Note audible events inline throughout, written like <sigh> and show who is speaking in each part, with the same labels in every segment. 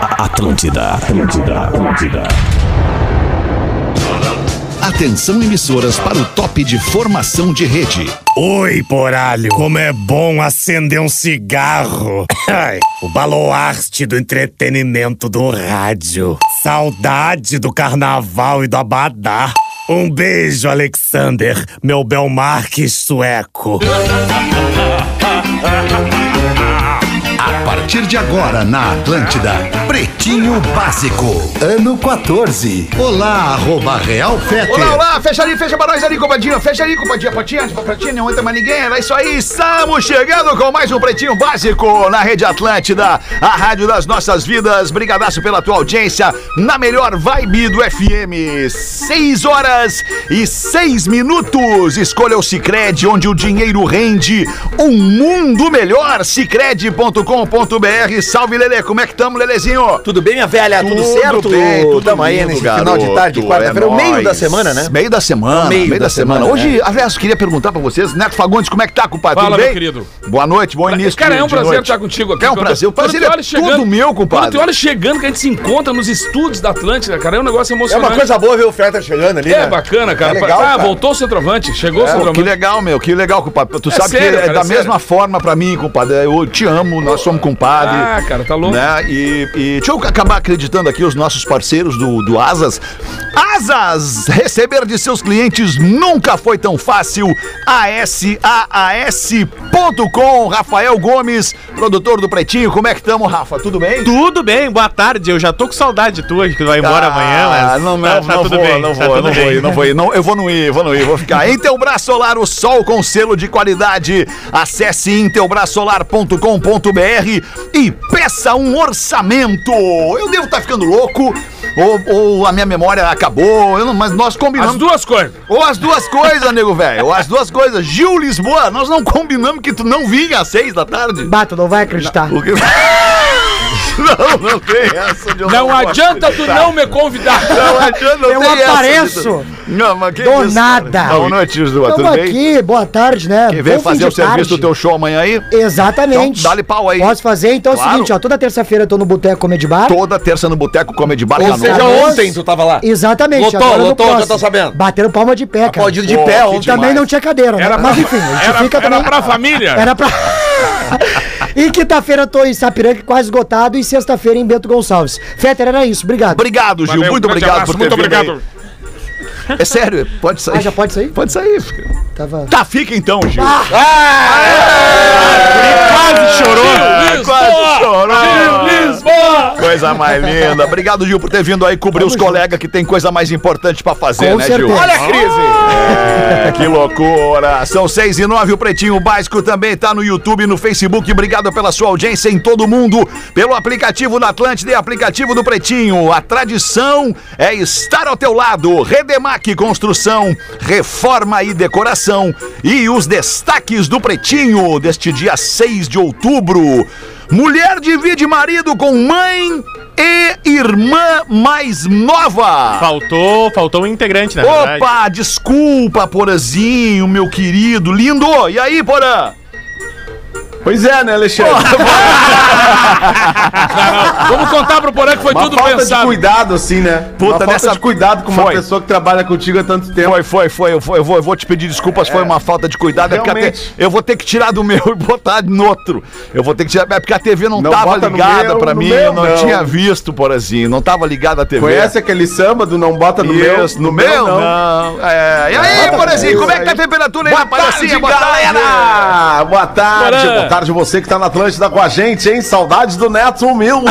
Speaker 1: Atlântida, Atlântida, Atlântida.
Speaker 2: Atenção emissoras para o top de formação de rede.
Speaker 3: Oi, poralho! Como é bom acender um cigarro! <coughs> Ai, o baluarte do entretenimento do rádio. Saudade do carnaval e do abadá. Um beijo, Alexander, meu Belmarque sueco.
Speaker 2: A partir de agora na Atlântida, Pretinho Básico, ano 14. Olá, arroba Real Fete.
Speaker 4: Olá, olá, fecha ali, fecha pra nós ali, compadinho, fecha ali, compadinho, patinha, patinha, não entra mais ninguém, é isso aí, estamos chegando com mais um Pretinho Básico na Rede Atlântida, a rádio das nossas vidas, brigadaço pela tua audiência, na melhor vibe do FM, 6 horas e 6 minutos, escolha o Cicred, onde o dinheiro rende um mundo melhor, cicred.com.br, salve Lele, como é que estamos, Lelezinho?
Speaker 5: Tudo bem, minha velha? Tudo,
Speaker 4: Tudo
Speaker 5: certo?
Speaker 4: bem, tudo
Speaker 5: Tamo aí
Speaker 4: lindo,
Speaker 5: nesse final
Speaker 4: garoto,
Speaker 5: de tarde, quarta-feira,
Speaker 4: é
Speaker 5: o meio
Speaker 4: nóis.
Speaker 5: da semana, né?
Speaker 4: Meio da semana,
Speaker 5: Meio
Speaker 4: meio,
Speaker 5: da
Speaker 4: da semana. né?
Speaker 5: semana,
Speaker 4: Hoje, aliás, queria perguntar pra vocês, Neto Fagundes, como é que tá, compadre?
Speaker 6: Fala,
Speaker 4: Tudo bem?
Speaker 6: meu querido.
Speaker 4: Boa noite, bom início
Speaker 6: Cara, é um
Speaker 4: de
Speaker 6: prazer
Speaker 4: noite.
Speaker 6: estar contigo aqui.
Speaker 4: É um
Speaker 6: Quando-
Speaker 4: prazer, o
Speaker 6: quando
Speaker 4: prazer
Speaker 6: tu
Speaker 4: é
Speaker 6: olha chegando-
Speaker 4: todo meu, compadre.
Speaker 6: Quando tu olha chegando, que a gente se encontra nos estúdios da Atlântida, cara, é um negócio
Speaker 5: É
Speaker 6: emocionante.
Speaker 5: uma coisa boa ver o Freta chegando ali,
Speaker 6: É
Speaker 5: né?
Speaker 6: bacana, cara.
Speaker 5: É legal,
Speaker 6: ah,
Speaker 5: cara.
Speaker 6: voltou o centroavante,
Speaker 4: Pô,
Speaker 6: chegou o
Speaker 4: É, que
Speaker 6: centroavante.
Speaker 4: legal, meu, que legal, compadre. Tu
Speaker 6: É
Speaker 4: sabe que
Speaker 6: sério,
Speaker 4: é
Speaker 6: cara,
Speaker 4: da
Speaker 6: é sério.
Speaker 4: mesma forma pra mim, compadre. Eu te amo, nós somos compadre.
Speaker 6: Ah, cara, tá louco.
Speaker 4: Né? E, e deixa eu acabar acreditando aqui os nossos parceiros do, do Asas. Asas! Receber de seus clientes nunca foi tão fácil. ASAAS.com Rafael Gomes, produtor do Pretinho. Como é que estamos, Rafa? Tudo bem?
Speaker 7: Tudo bem, boa tarde. Eu já tô com saudade tua, que tu vai
Speaker 5: Ah,
Speaker 7: embora amanhã, mas.
Speaker 4: Ah, Não, não,
Speaker 7: tá, tá
Speaker 4: não
Speaker 7: tudo
Speaker 4: vou,
Speaker 7: bem.
Speaker 4: não
Speaker 7: tá
Speaker 4: vou,
Speaker 7: tudo
Speaker 4: não vou
Speaker 7: bem.
Speaker 4: ir, não vou ir. Não, eu vou não ir, vou não ir, vou ficar. Intelbras Solar, o sol com selo de qualidade. Acesse intelbrasolar.com.br e peça um orçamento. Eu devo estar ficando louco ou, ou a minha memória acabou, eu não- mas nós combinamos.
Speaker 6: As duas coisas.
Speaker 4: Ou as duas coisas, nego velho, ou as duas coisas. Gil Lisboa, nós não combinamos que tu não vinha às seis da tarde.
Speaker 8: Bato, não vai acreditar.
Speaker 4: Porque- <laughs> Não, não tem essa de eu
Speaker 6: Não
Speaker 4: vou
Speaker 6: adianta tu não me convidar.
Speaker 4: não adianta, não
Speaker 8: Eu
Speaker 4: tem essa,
Speaker 8: apareço.
Speaker 4: Vitor. Não, mas que
Speaker 8: Do
Speaker 4: isso, cara?
Speaker 8: nada.
Speaker 4: Boa noite, Lisboa,
Speaker 8: Tamo
Speaker 4: tudo bem?
Speaker 8: aqui, boa tarde, né?
Speaker 4: Quem vem
Speaker 8: Bom fim
Speaker 4: fazer
Speaker 8: de
Speaker 4: o serviço
Speaker 8: tarde.
Speaker 4: do teu show amanhã aí?
Speaker 8: Exatamente.
Speaker 4: Então, dá-lhe pau aí.
Speaker 8: Posso fazer? Então é
Speaker 4: Claro.
Speaker 8: o seguinte, ó. Toda terça-feira eu tô no Boteco Comedy Bar.
Speaker 4: Toda terça no Boteco Comedy Bar
Speaker 8: Ou
Speaker 6: Tá
Speaker 4: Canoa.
Speaker 8: seja,
Speaker 5: Já
Speaker 8: Nossa.
Speaker 5: ontem tu tava lá.
Speaker 8: Exatamente.
Speaker 5: Lotou,
Speaker 8: agora no
Speaker 5: lotou, já
Speaker 8: próximo.
Speaker 5: tô sabendo.
Speaker 8: Bateram palma de pé, cara.
Speaker 5: Aplaudido de
Speaker 4: Pô,
Speaker 5: pé
Speaker 4: que
Speaker 5: ontem.
Speaker 8: Também não tinha cadeira, né?
Speaker 6: Era
Speaker 8: Mas
Speaker 6: pra-
Speaker 8: enfim, a gente
Speaker 6: Era, Ah,
Speaker 8: fica
Speaker 6: era
Speaker 8: também...
Speaker 6: pra família.
Speaker 8: Era pra... e quinta-feira eu tô em Sapiranga, quase esgotado. E sexta-feira em Bento Gonçalves. Fetter, era isso. Obrigado.
Speaker 4: Obrigado, Gil.
Speaker 6: Valeu,
Speaker 4: muito
Speaker 6: um grande
Speaker 4: obrigado
Speaker 6: abraço,
Speaker 4: por ter
Speaker 6: Muito
Speaker 4: vindo
Speaker 6: obrigado.
Speaker 4: aí. É sério, pode sair.
Speaker 8: Ah, já pode Ah! sair?
Speaker 4: Pode sair. fica.
Speaker 8: Tava...
Speaker 4: Tá, fica então, Gil.
Speaker 7: Quase chorou.
Speaker 4: Ah, quase chorou.
Speaker 6: Lisboa!
Speaker 4: Coisa mais linda. Obrigado, Gil, por ter vindo aí cobrir os colegas que tem coisa mais importante pra fazer,
Speaker 8: Com
Speaker 4: né, Gil?
Speaker 8: certeza.
Speaker 4: Olha a crise! É, que loucura! São seis e nove, o Pretinho Básico também tá no YouTube e no Facebook. Obrigado pela sua audiência em todo mundo, pelo aplicativo da Atlântida e aplicativo do Pretinho. A tradição é estar ao teu lado. Redemac Construção, Reforma e Decoração e os destaques do Pretinho deste dia 6 de outubro. Mulher divide marido com mãe e irmã mais nova.
Speaker 7: Faltou, faltou um integrante,
Speaker 4: É
Speaker 7: na verdade.
Speaker 4: Opa, desculpa, Porazinho, meu querido, lindo. E aí, Porã?
Speaker 5: Pois é, né, Alexandre?
Speaker 6: Vamos contar pro Porã que foi tudo pensado.
Speaker 5: cuidado, assim, né?
Speaker 4: Puta,
Speaker 5: Puta, uma
Speaker 4: nessa-
Speaker 5: falta de cuidado com uma
Speaker 4: Foi.
Speaker 5: pessoa que trabalha contigo há tanto tempo.
Speaker 4: Foi, foi, foi, eu, foi, eu, vou, eu vou te pedir desculpas, foi uma falta de cuidado, é porque a te-
Speaker 5: Realmente.
Speaker 4: eu vou ter que tirar do meu <laughs> e botar no outro. Eu vou ter que tirar, é porque a TV não,
Speaker 5: Não
Speaker 4: tava
Speaker 5: bota no
Speaker 4: ligada
Speaker 5: meu,
Speaker 4: pra
Speaker 5: no
Speaker 4: mim,
Speaker 5: meu
Speaker 4: eu não,
Speaker 5: não.
Speaker 4: tinha visto, Porazinho, não tava ligada a TV.
Speaker 5: Conhece aquele samba é do não bota no meu?
Speaker 4: É. Isso, no meu, não. É, E aí, Porazinho, como é que tá a temperatura aí na palhacinha,
Speaker 5: Boa galera! Ah, Boa tarde,
Speaker 6: Porã.
Speaker 5: boa tarde você que tá na Atlântida com a gente, hein? Saudades do Neto Humilde.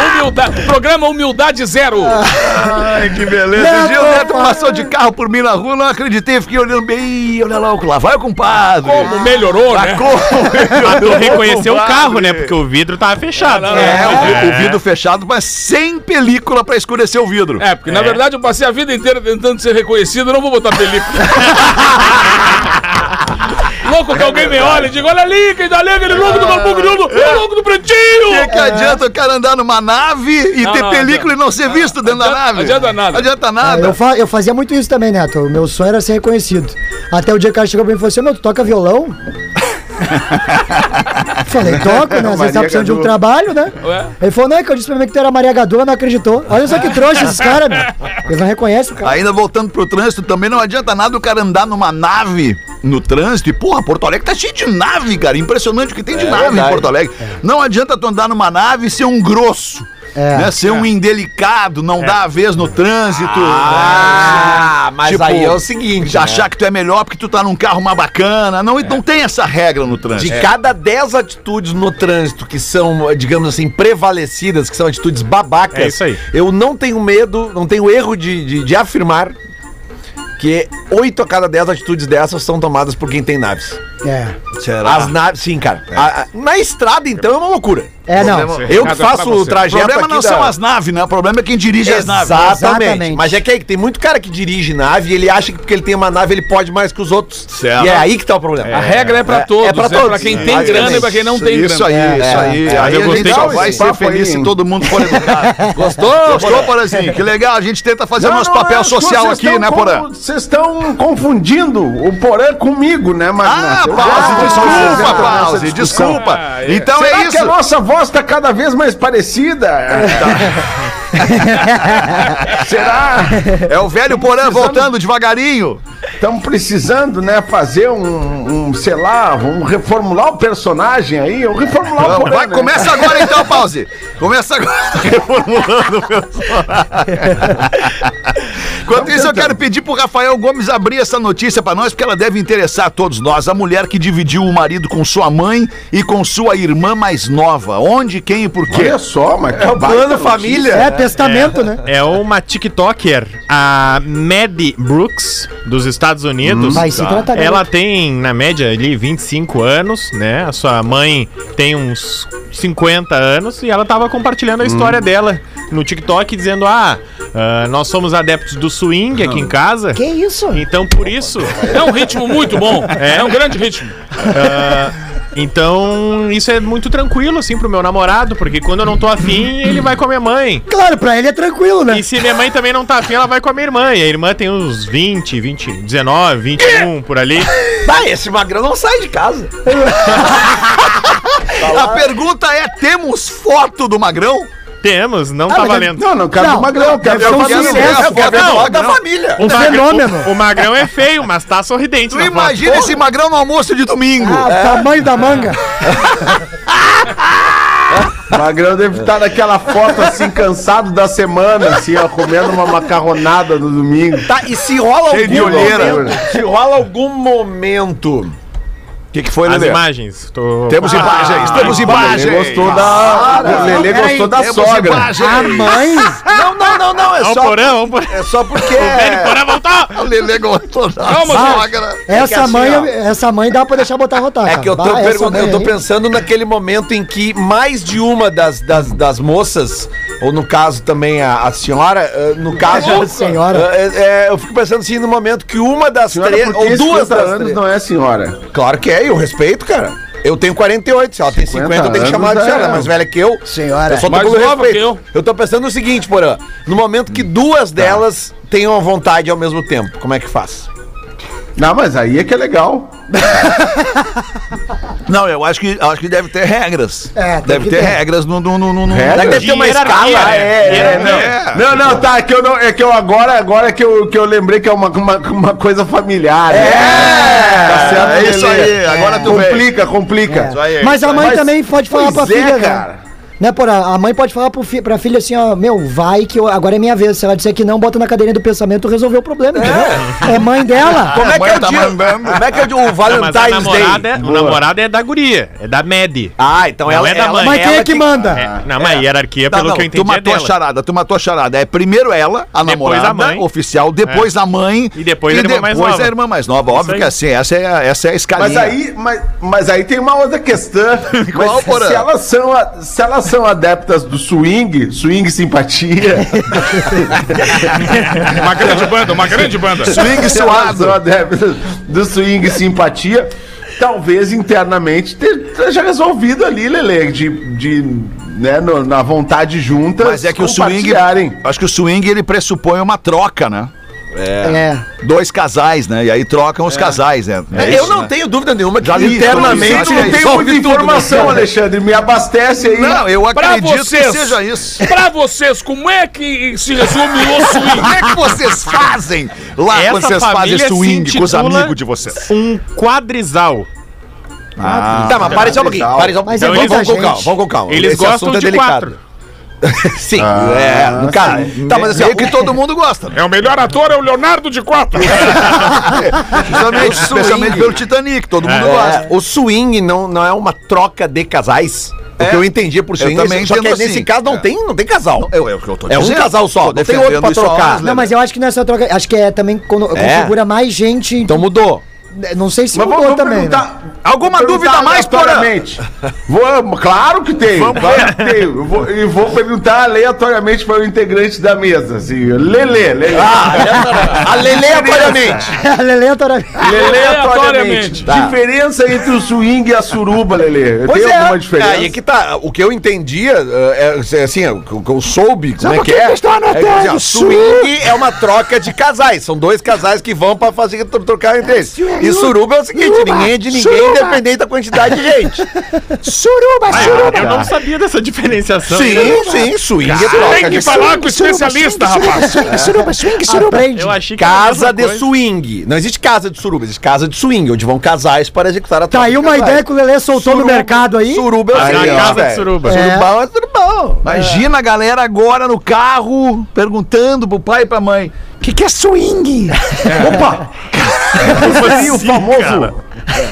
Speaker 6: Humildade. Programa Humildade Zero.
Speaker 4: Ai, que beleza. Esse dia o Neto passou de carro por mim na rua, não acreditei, fiquei olhando bem, "Ih, olha lá, lá vai o compadre.
Speaker 6: Como melhorou, né?
Speaker 4: Sacou?
Speaker 7: Ah, tu
Speaker 4: Olhou
Speaker 7: reconheceu o
Speaker 4: compadre.
Speaker 7: carro, né? Porque o vidro tava fechado.
Speaker 4: É, o vi- o vidro fechado, mas sem película pra escurecer o vidro.
Speaker 6: É, porque na verdade eu passei a vida inteira tentando ser reconhecido, eu não vou botar <laughs> película. Louco que alguém me olha e diga, olha ali, quem tá ali, aquele louco do Balbuco de Ouro, o louco do
Speaker 4: Que,
Speaker 6: Pretinho!
Speaker 4: que adianta o cara andar numa nave e
Speaker 6: Não,
Speaker 4: ter
Speaker 6: não,
Speaker 4: película e não ser visto dentro da
Speaker 6: adianta-
Speaker 4: nave?
Speaker 6: adianta nada.
Speaker 4: Adianta
Speaker 8: Ah,
Speaker 4: nada.
Speaker 8: eu, fa- eu fazia muito isso também, Neto. O meu sonho era ser reconhecido. Até o dia que o cara chegou pra mim e falou assim: "Ô, Meu, tu toca violão? Falei, toco, né? Às vezes tá
Speaker 5: Maria
Speaker 8: precisando de um
Speaker 5: Gadu.
Speaker 8: trabalho, né?
Speaker 6: Ué?
Speaker 8: Ele falou, não, é que eu disse pra mim que tu era Maria Gadu, ela não acreditou. Olha só que trouxa esses caras, meu. Eles não reconhecem o cara.
Speaker 4: Ainda voltando pro trânsito, também não adianta nada o cara andar numa nave no trânsito. E, porra, Porto Alegre tá cheio de nave, cara. Impressionante o que tem de nave em
Speaker 5: É verdade. É.
Speaker 4: Porto Alegre. Não adianta tu andar numa nave e ser um grosso.
Speaker 8: É.
Speaker 4: né? Ser um indelicado, não
Speaker 7: É.
Speaker 4: dar a vez no trânsito.
Speaker 5: <laughs> Ah, mas
Speaker 4: Tipo,
Speaker 5: aí é o seguinte.
Speaker 4: Já achar que tu é melhor porque tu tá num carro mais bacana. Não,
Speaker 7: É.
Speaker 4: não tem essa regra no
Speaker 5: De
Speaker 4: trânsito.
Speaker 5: cada 10 atitudes no trânsito que são, digamos assim, prevalecidas, que são atitudes babacas,
Speaker 7: É isso aí.
Speaker 5: eu não tenho medo, não tenho erro de, de, de afirmar que 8 a cada 10 atitudes dessas são tomadas por quem tem naves.
Speaker 8: É.
Speaker 4: Será?
Speaker 5: As naves, sim, cara. A- a- na estrada, então, é uma loucura.
Speaker 8: É, não.
Speaker 7: Problema-
Speaker 5: Eu que
Speaker 7: Recado é pra
Speaker 5: faço o
Speaker 7: você.
Speaker 4: O
Speaker 5: trajeto
Speaker 4: problema
Speaker 5: aqui
Speaker 4: não
Speaker 5: da-
Speaker 4: são as naves, né? O problema é quem dirige as naves.
Speaker 5: Exatamente.
Speaker 8: Exatamente.
Speaker 5: Mas é que aí tem muito cara que dirige nave e ele acha que porque ele tem uma nave ele pode mais que os outros.
Speaker 4: Certo.
Speaker 5: E é aí que tá o problema.
Speaker 6: A regra é pra todos.
Speaker 5: É pra todos.
Speaker 6: pra quem tem
Speaker 5: Basicamente.
Speaker 6: grana e pra quem não tem
Speaker 4: Isso
Speaker 6: grana.
Speaker 4: aí,
Speaker 8: É,
Speaker 4: isso
Speaker 8: é,
Speaker 4: aí.
Speaker 5: é.
Speaker 4: Aí
Speaker 5: Eu
Speaker 4: a
Speaker 5: gostei
Speaker 4: gente só
Speaker 5: desse
Speaker 4: vai ser
Speaker 5: papo
Speaker 4: feliz
Speaker 5: aí,
Speaker 4: se
Speaker 5: hein?
Speaker 4: todo mundo for educado. Gostou? Gostou, Porazinho? Que legal, a gente tenta fazer é o nosso
Speaker 9: é,
Speaker 4: papel social aqui, né, Porã?
Speaker 9: Vocês estão confundindo o Porã comigo, né,
Speaker 4: Ah,
Speaker 9: Magnata? Eu
Speaker 4: Pause,
Speaker 9: gosto dessa-
Speaker 4: desculpa,
Speaker 9: dessa
Speaker 4: Pause,
Speaker 9: discussão.
Speaker 4: desculpa.
Speaker 6: Ah, é.
Speaker 4: Então
Speaker 9: Será
Speaker 4: é
Speaker 9: que a
Speaker 4: isso. É, tá.
Speaker 9: nossa voz tá cada vez mais parecida? <laughs> Será?
Speaker 5: <laughs>
Speaker 4: É o velho Porã voltando devagarinho.
Speaker 9: Estamos precisando, né, fazer um, um, sei lá, um reformular o personagem aí. Eu reformular o Porã,
Speaker 4: Vai,
Speaker 9: né?
Speaker 4: começa agora então, Pause. Começa
Speaker 9: <laughs>
Speaker 4: agora. Reformulando o Enquanto isso, eu
Speaker 9: Então,
Speaker 4: quero pedir pro Rafael Gomes abrir essa notícia pra nós, porque ela deve interessar a todos nós. A mulher que dividiu o marido com sua mãe e com sua irmã mais nova. Onde, quem e por quê? É
Speaker 9: Olha só, mas que baita
Speaker 5: Plano
Speaker 9: notícia.
Speaker 5: família.
Speaker 8: É, testamento, né?
Speaker 7: É uma TikToker, a Maddie Brooks, dos Estados Unidos.
Speaker 8: Vai se tratar, garoto.
Speaker 7: Ela tem, na média, ali 25 anos, né? A sua mãe tem uns 50 anos e ela tava compartilhando
Speaker 8: Hum.
Speaker 7: a história dela no TikTok, dizendo: Ah, ah, nós somos adeptos do swing aqui em casa.
Speaker 8: Que isso?
Speaker 7: Então, por isso,
Speaker 6: É um ritmo muito bom. É, um grande ritmo.
Speaker 7: Ah, então, isso é muito tranquilo, assim, pro meu namorado, porque quando eu não tô afim, ele vai com a minha mãe.
Speaker 8: Claro, pra ele é tranquilo, né?
Speaker 7: E se minha mãe também não tá afim, ela vai com a minha irmã. E a irmã tem uns 20, 20, 19, 21 por ali.
Speaker 5: Ah, esse magrão não sai de casa.
Speaker 4: A pergunta é: temos foto do Magrão?
Speaker 7: Temos, não tá
Speaker 8: Ah, mas- é
Speaker 7: valendo.
Speaker 9: Não, não, quero
Speaker 8: Não,
Speaker 9: do Magrão,
Speaker 8: não,
Speaker 9: quero do
Speaker 8: eu quero um
Speaker 9: família.
Speaker 8: ver-
Speaker 9: Eu quero um ver um
Speaker 7: não,
Speaker 9: foto da
Speaker 4: não.
Speaker 9: família.
Speaker 7: O,
Speaker 8: fenômeno.
Speaker 7: o, o magrão é feio, mas tá sorridente.
Speaker 4: Tu
Speaker 7: na foto.
Speaker 4: imagina esse Magrão no almoço de domingo.
Speaker 8: Ah, tamanho da manga.
Speaker 9: Magrão deve estar naquela foto assim, cansado da semana, assim, ó, comendo uma macarronada no domingo.
Speaker 5: Tá, e se rola
Speaker 4: Cheio de
Speaker 5: algum
Speaker 4: olheira.
Speaker 5: momento, se rola algum momento
Speaker 4: O que, que foi,
Speaker 7: As
Speaker 4: Lelê?
Speaker 7: imagens. Tô... Ah,
Speaker 4: Temos imagens, temos imagens.
Speaker 9: Ah, Lelê gostou da.
Speaker 8: Para.
Speaker 9: o Lelê gostou da
Speaker 4: Temos
Speaker 9: sogra.
Speaker 4: imagens.
Speaker 8: A mãe?
Speaker 5: Não, não, não, não, é
Speaker 7: Ó o
Speaker 5: só
Speaker 7: porão, ó o porão.
Speaker 5: é só porque
Speaker 7: Ele porão um voltou!
Speaker 4: O Lelê gostou da
Speaker 6: Calma,
Speaker 9: Ah,
Speaker 4: sogra.
Speaker 8: É Essa
Speaker 5: assim,
Speaker 8: mãe,
Speaker 5: ó.
Speaker 8: essa mãe dá pra deixar botar rotar.
Speaker 5: é
Speaker 8: cara.
Speaker 5: que eu tô,
Speaker 8: Bah, essa
Speaker 5: perguntando,
Speaker 8: mãe
Speaker 5: eu tô
Speaker 8: aí.
Speaker 5: pensando naquele momento em que mais de uma das, das, das moças, ou no caso também a, a senhora, eh, no caso.
Speaker 8: É, A senhora.
Speaker 5: Eh, eh, eu fico pensando assim no momento que uma das
Speaker 9: Senhora,
Speaker 5: três,
Speaker 9: por
Speaker 5: ou
Speaker 9: que
Speaker 5: duas
Speaker 9: 50
Speaker 5: das
Speaker 9: anos
Speaker 5: três.
Speaker 9: não é senhora.
Speaker 5: Claro que é, eu respeito, cara. Eu tenho 48, se ela tem 50, eu tenho que
Speaker 9: 50
Speaker 5: chamar de
Speaker 9: anos,
Speaker 5: senhora,
Speaker 9: é.
Speaker 5: mais velha que eu.
Speaker 8: Senhora.
Speaker 5: Eu só tô
Speaker 6: Mais
Speaker 5: pelo
Speaker 6: nova
Speaker 5: respeito.
Speaker 6: que
Speaker 5: Eu. tô pensando no seguinte, Porã. No momento que duas
Speaker 9: Tá.
Speaker 5: delas tenham a vontade ao mesmo tempo, como é que faz?
Speaker 9: Não, mas aí é que é legal.
Speaker 4: Não, eu acho que, acho que deve ter regras.
Speaker 8: É, tem
Speaker 4: deve
Speaker 8: que
Speaker 4: ter
Speaker 8: ter.
Speaker 4: regras no. no, no, no- no-
Speaker 9: Regra?
Speaker 5: Deve ter uma
Speaker 6: né?
Speaker 5: escala.
Speaker 7: É,
Speaker 9: É, não. Não, não, tá, é que eu, não, é que eu agora, agora que, eu, que eu lembrei que é uma, uma, uma coisa familiar. É! Tá certo,
Speaker 4: É isso
Speaker 9: Lelê.
Speaker 4: aí, agora tu vem.
Speaker 9: Complica, complica.
Speaker 5: é,
Speaker 4: aí,
Speaker 8: Mas a mãe
Speaker 9: Mas-
Speaker 8: também pode falar pra
Speaker 9: Pois é,
Speaker 8: filha, né?
Speaker 9: cara.
Speaker 8: Né, porra? A mãe pode falar pro fi pra filha assim, ó, meu, vai que eu- agora é minha vez. Se ela disser que não, bota na cadeirinha do pensamento, resolveu o problema, entendeu? É mãe dela.
Speaker 5: Como é que
Speaker 4: mãe
Speaker 5: é o
Speaker 4: tá
Speaker 5: dia?
Speaker 4: mandando.
Speaker 5: Como é que é o dia- o
Speaker 7: Não, mas a
Speaker 5: Valentine's
Speaker 7: namorada,
Speaker 5: Day?
Speaker 7: o namorado é da guria, é da Maddie.
Speaker 5: Ah, então
Speaker 7: Não
Speaker 5: ela
Speaker 7: é da mãe.
Speaker 8: Mas quem
Speaker 5: ela
Speaker 8: é que manda?
Speaker 7: É, não, mas a hierarquia,
Speaker 4: Ah, Tá,
Speaker 7: pelo
Speaker 4: não,
Speaker 7: que eu
Speaker 4: tu
Speaker 7: entendi, é
Speaker 4: matou a
Speaker 7: dela.
Speaker 4: charada, tu matou a charada. É primeiro ela, a
Speaker 7: Depois
Speaker 4: namorada
Speaker 7: a mãe.
Speaker 4: oficial, depois a mãe.
Speaker 7: E depois a irmã mais nova.
Speaker 4: a irmã mais nova.
Speaker 7: Isso
Speaker 4: Óbvio
Speaker 7: aí.
Speaker 4: que assim, essa é, a- essa é a escalinha.
Speaker 9: Mas aí, mas, mas aí tem uma outra <laughs> questão.
Speaker 4: Qual,
Speaker 9: Mas se-
Speaker 4: Porã?
Speaker 9: se, elas são a- se elas são adeptas do swing, swing simpatia, <laughs>
Speaker 6: Uma grande banda, uma grande banda.
Speaker 4: Swing
Speaker 9: se elas são
Speaker 4: suado.
Speaker 9: adeptas do swing simpatia, talvez internamente te- esteja resolvido ali, Lele, de, de né, no- na vontade juntas
Speaker 4: Mas é que o swing.
Speaker 9: compartilharem.
Speaker 4: Acho que o swing ele pressupõe uma troca, né?
Speaker 8: É.
Speaker 5: Então,
Speaker 4: Dois casais, né? E aí trocam os casais, né? É
Speaker 5: eu
Speaker 4: isso,
Speaker 5: não
Speaker 4: né?
Speaker 5: tenho dúvida nenhuma que
Speaker 4: Já li
Speaker 5: internamente
Speaker 4: isso,
Speaker 9: Não
Speaker 4: Olha,
Speaker 9: tem muita informação, Alexandre. Me abastece aí.
Speaker 4: Não, eu
Speaker 6: Pra
Speaker 4: acredito que
Speaker 6: vocês.
Speaker 4: seja isso. <laughs>
Speaker 6: Pra vocês, como é que se resume o
Speaker 4: Como
Speaker 6: swing?
Speaker 4: é que vocês fazem lá
Speaker 7: Essa
Speaker 4: quando vocês fazem
Speaker 7: família se
Speaker 4: swing com os
Speaker 7: intitula-
Speaker 4: amigos de vocês?
Speaker 7: Um quadrisal.
Speaker 5: Tá, mas pare só um pouquinho. Pare só um
Speaker 8: Mas
Speaker 5: pouquinho.
Speaker 7: é
Speaker 5: Vamos, vamos
Speaker 8: muita
Speaker 5: com calma,
Speaker 8: gente.
Speaker 5: vamos com calma.
Speaker 7: Ah, Eles
Speaker 5: Esse
Speaker 7: gostam
Speaker 5: assunto é
Speaker 7: de
Speaker 5: delicado.
Speaker 7: quatro.
Speaker 5: Sim, é, no caso. Tá, mas assim, ó,
Speaker 4: Meio que todo mundo <laughs> gosta, né?
Speaker 6: É o melhor ator, é o Leonardo de Quatro.
Speaker 4: Especialmente,
Speaker 5: swing.
Speaker 4: especialmente pelo Titanic, todo mundo gosta.
Speaker 5: É, o swing não, não é uma troca de casais. O que eu entendi por swing, é
Speaker 4: também
Speaker 5: só que
Speaker 4: entendo
Speaker 5: nesse
Speaker 4: assim.
Speaker 5: caso não,
Speaker 4: É.
Speaker 5: tem, não tem casal.
Speaker 4: Eu, eu, eu tô
Speaker 5: É um casal só,
Speaker 4: Tô
Speaker 5: não tem outro pra
Speaker 4: defendendo isso há
Speaker 5: trocar.
Speaker 4: anos,
Speaker 5: Não,
Speaker 4: né?
Speaker 8: Não, mas eu acho que não é só troca. Acho que é também quando
Speaker 5: É.
Speaker 8: configura mais gente. né,
Speaker 5: Então mudou.
Speaker 8: não sei se
Speaker 9: Mas
Speaker 8: mudou
Speaker 9: vamos, vamos
Speaker 8: também. né? <laughs>
Speaker 9: perguntar.
Speaker 4: Alguma
Speaker 9: perguntar
Speaker 4: dúvida a mais, Porã?
Speaker 9: aleatoriamente. Vou, claro que tem. Claro que tem. Eu vou- E vou, perguntar aleatoriamente para o integrante da mesa. Assim, Lelê, Lelê.
Speaker 4: Ah, É.
Speaker 7: é
Speaker 5: Aleatoriamente.
Speaker 8: Lelê é adora-
Speaker 6: Aleatoriamente.
Speaker 9: Lelê aleatoriamente. Diferença entre o swing e a suruba, Lelê.
Speaker 5: Tá. Pois
Speaker 9: tem
Speaker 5: é.
Speaker 9: alguma diferença?
Speaker 5: Aí que tá. O que eu entendia, eh, é, assim, o que eu- que eu soube como é que é. é que, assim, ó, swing é uma troca de casais. São dois casais que vão pra fazer tro- trocar entre eles. E suruba é o seguinte: ninguém é de ninguém, independente da quantidade de gente. suruba, suruba.
Speaker 6: <laughs>
Speaker 7: Eu não sabia dessa diferenciação.
Speaker 5: Sim, sim, swing é troca
Speaker 6: Tem que
Speaker 5: de
Speaker 6: falar com o especialista, rapaz.
Speaker 8: Aprende.
Speaker 7: Eu achei que era a
Speaker 5: Casa
Speaker 7: mesma
Speaker 5: de
Speaker 7: coisa.
Speaker 5: swing. Não existe casa de suruba, existe casa de swing, onde vão casais para executar a
Speaker 8: Tá aí
Speaker 5: de
Speaker 8: uma
Speaker 5: casais.
Speaker 8: ideia que o Lelê soltou no
Speaker 5: Suruba-
Speaker 8: mercado aí.
Speaker 5: Suruba é o
Speaker 7: Aí,
Speaker 5: seguinte,
Speaker 7: ó,
Speaker 5: ó,
Speaker 7: casa de
Speaker 5: velho.
Speaker 7: suruba.
Speaker 5: Surubão é surubão.
Speaker 4: Imagina a galera agora no carro perguntando pro pai e pra mãe: o que, que é swing? Opa!
Speaker 9: tem o famoso.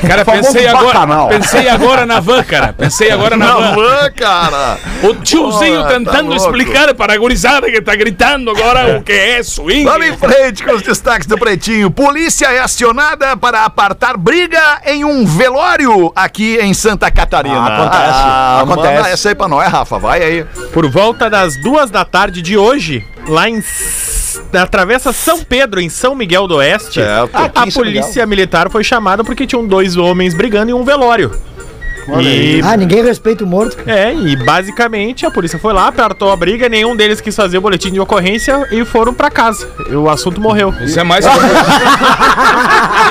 Speaker 6: Cara, pensei
Speaker 9: famoso
Speaker 6: agora,
Speaker 9: bacanal.
Speaker 6: pensei agora na van, cara. Pensei agora um na van.
Speaker 4: van, cara!
Speaker 6: O tiozinho
Speaker 4: Porra, tá
Speaker 6: tentando
Speaker 4: louco.
Speaker 6: explicar para a gurizada que tá gritando agora o que é
Speaker 4: <laughs>
Speaker 6: swing.
Speaker 4: Vamos em frente com os destaques do Pretinho. Polícia é acionada para apartar briga em um velório aqui em Santa Catarina.
Speaker 5: Ah, acontece, acontece.
Speaker 4: Manda essa aí pra nós, Rafa. Vai aí.
Speaker 7: Por volta das duas da tarde de hoje, lá em S- na Travessa São Pedro, em São Miguel do Oeste,
Speaker 4: Certo.
Speaker 7: a,
Speaker 5: Aqui em São
Speaker 7: polícia militar foi chamada porque tinham dois homens brigando em um velório. E,
Speaker 8: Ah, ninguém respeita o morto.
Speaker 7: é, e basicamente a polícia foi lá, apertou a briga, nenhum deles quis fazer o boletim de ocorrência e foram pra casa. E o assunto morreu.
Speaker 6: Isso é
Speaker 4: <laughs>
Speaker 6: mais comum.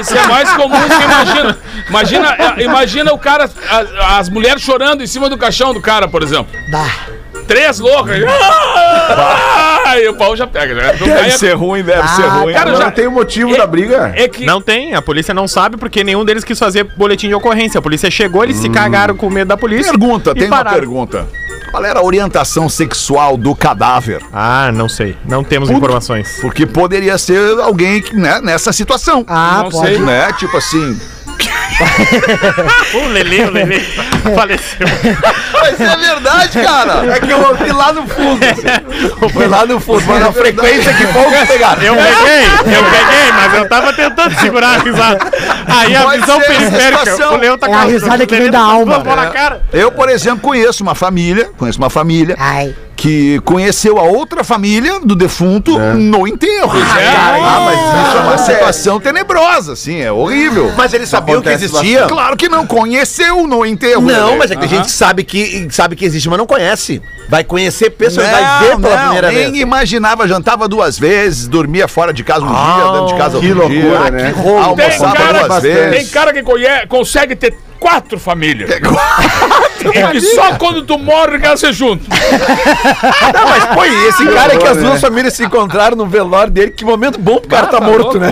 Speaker 6: Isso é mais comum do que imagina. Imagina, é, imagina o cara, a- as mulheres chorando em cima do caixão do cara, por exemplo.
Speaker 8: Dá.
Speaker 6: Três loucas. Ah, e o pau já pega. Já. O cara é-
Speaker 4: ruim, deve
Speaker 8: ser ruim.
Speaker 6: cara,
Speaker 9: Não
Speaker 6: já-
Speaker 9: tem o motivo
Speaker 6: É-
Speaker 9: da briga?
Speaker 6: É que
Speaker 7: Não tem, a polícia não sabe porque nenhum deles quis fazer boletim de ocorrência. A polícia chegou, eles se cagaram com medo da polícia.
Speaker 4: Pergunta,
Speaker 7: e
Speaker 4: tem uma
Speaker 7: pararam.
Speaker 4: pergunta. Qual era a orientação sexual do cadáver?
Speaker 7: Ah, não sei. Não temos informações.
Speaker 4: Porque poderia ser alguém que, né, nessa situação.
Speaker 8: Ah,
Speaker 6: Não
Speaker 8: pode.
Speaker 6: sei.
Speaker 4: Né? Tipo assim.
Speaker 7: O Lele, o Lele faleceu.
Speaker 4: Mas é verdade, cara. É que eu ouvi lá no fundo. assim.
Speaker 5: Foi lá no fundo, É mas na frequência que pouco pegaram.
Speaker 7: Eu peguei, <laughs> eu peguei, mas eu tava tentando segurar a risada. Aí a
Speaker 4: Pode
Speaker 7: visão
Speaker 4: ser essa
Speaker 7: periférica,
Speaker 4: situação.
Speaker 7: o Leo tá
Speaker 8: É a
Speaker 7: com-
Speaker 8: risada que vem
Speaker 7: o Lele
Speaker 8: da
Speaker 7: tá com
Speaker 8: alma.
Speaker 7: a bola na cara.
Speaker 4: Eu, por exemplo, conheço uma família, conheço uma família
Speaker 8: Ai.
Speaker 4: que conheceu a outra família do defunto
Speaker 5: É.
Speaker 4: no enterro. Ah, mas isso é uma situação tenebrosa, assim, é horrível.
Speaker 5: Mas eles sabiam que
Speaker 4: Acontece
Speaker 5: existia?
Speaker 4: bastante. Claro que não, conheceu no enterro.
Speaker 5: Não,
Speaker 4: Lelê.
Speaker 5: mas é que tem gente que sabe que, sabe que existe, mas não conhece. Vai conhecer pessoas, vai é ver
Speaker 4: Não,
Speaker 5: pela
Speaker 4: não,
Speaker 5: primeira
Speaker 4: nem
Speaker 5: vez.
Speaker 4: imaginava, jantava duas vezes, dormia fora de casa um dia, dentro de casa
Speaker 9: que
Speaker 4: outro dia.
Speaker 9: loucura,
Speaker 4: Ah,
Speaker 9: né?
Speaker 4: Que roubo,
Speaker 6: tem
Speaker 4: almoçava
Speaker 6: cara,
Speaker 4: duas vezes.
Speaker 6: tem cara que conhe- consegue ter quatro famílias. E que só quando tu morre que elas se juntam.
Speaker 5: Não, mas pô, e esse cara que as
Speaker 9: horror,
Speaker 5: duas
Speaker 4: né?
Speaker 5: famílias se encontraram no velório dele, que momento bom pro cara tá morto, né?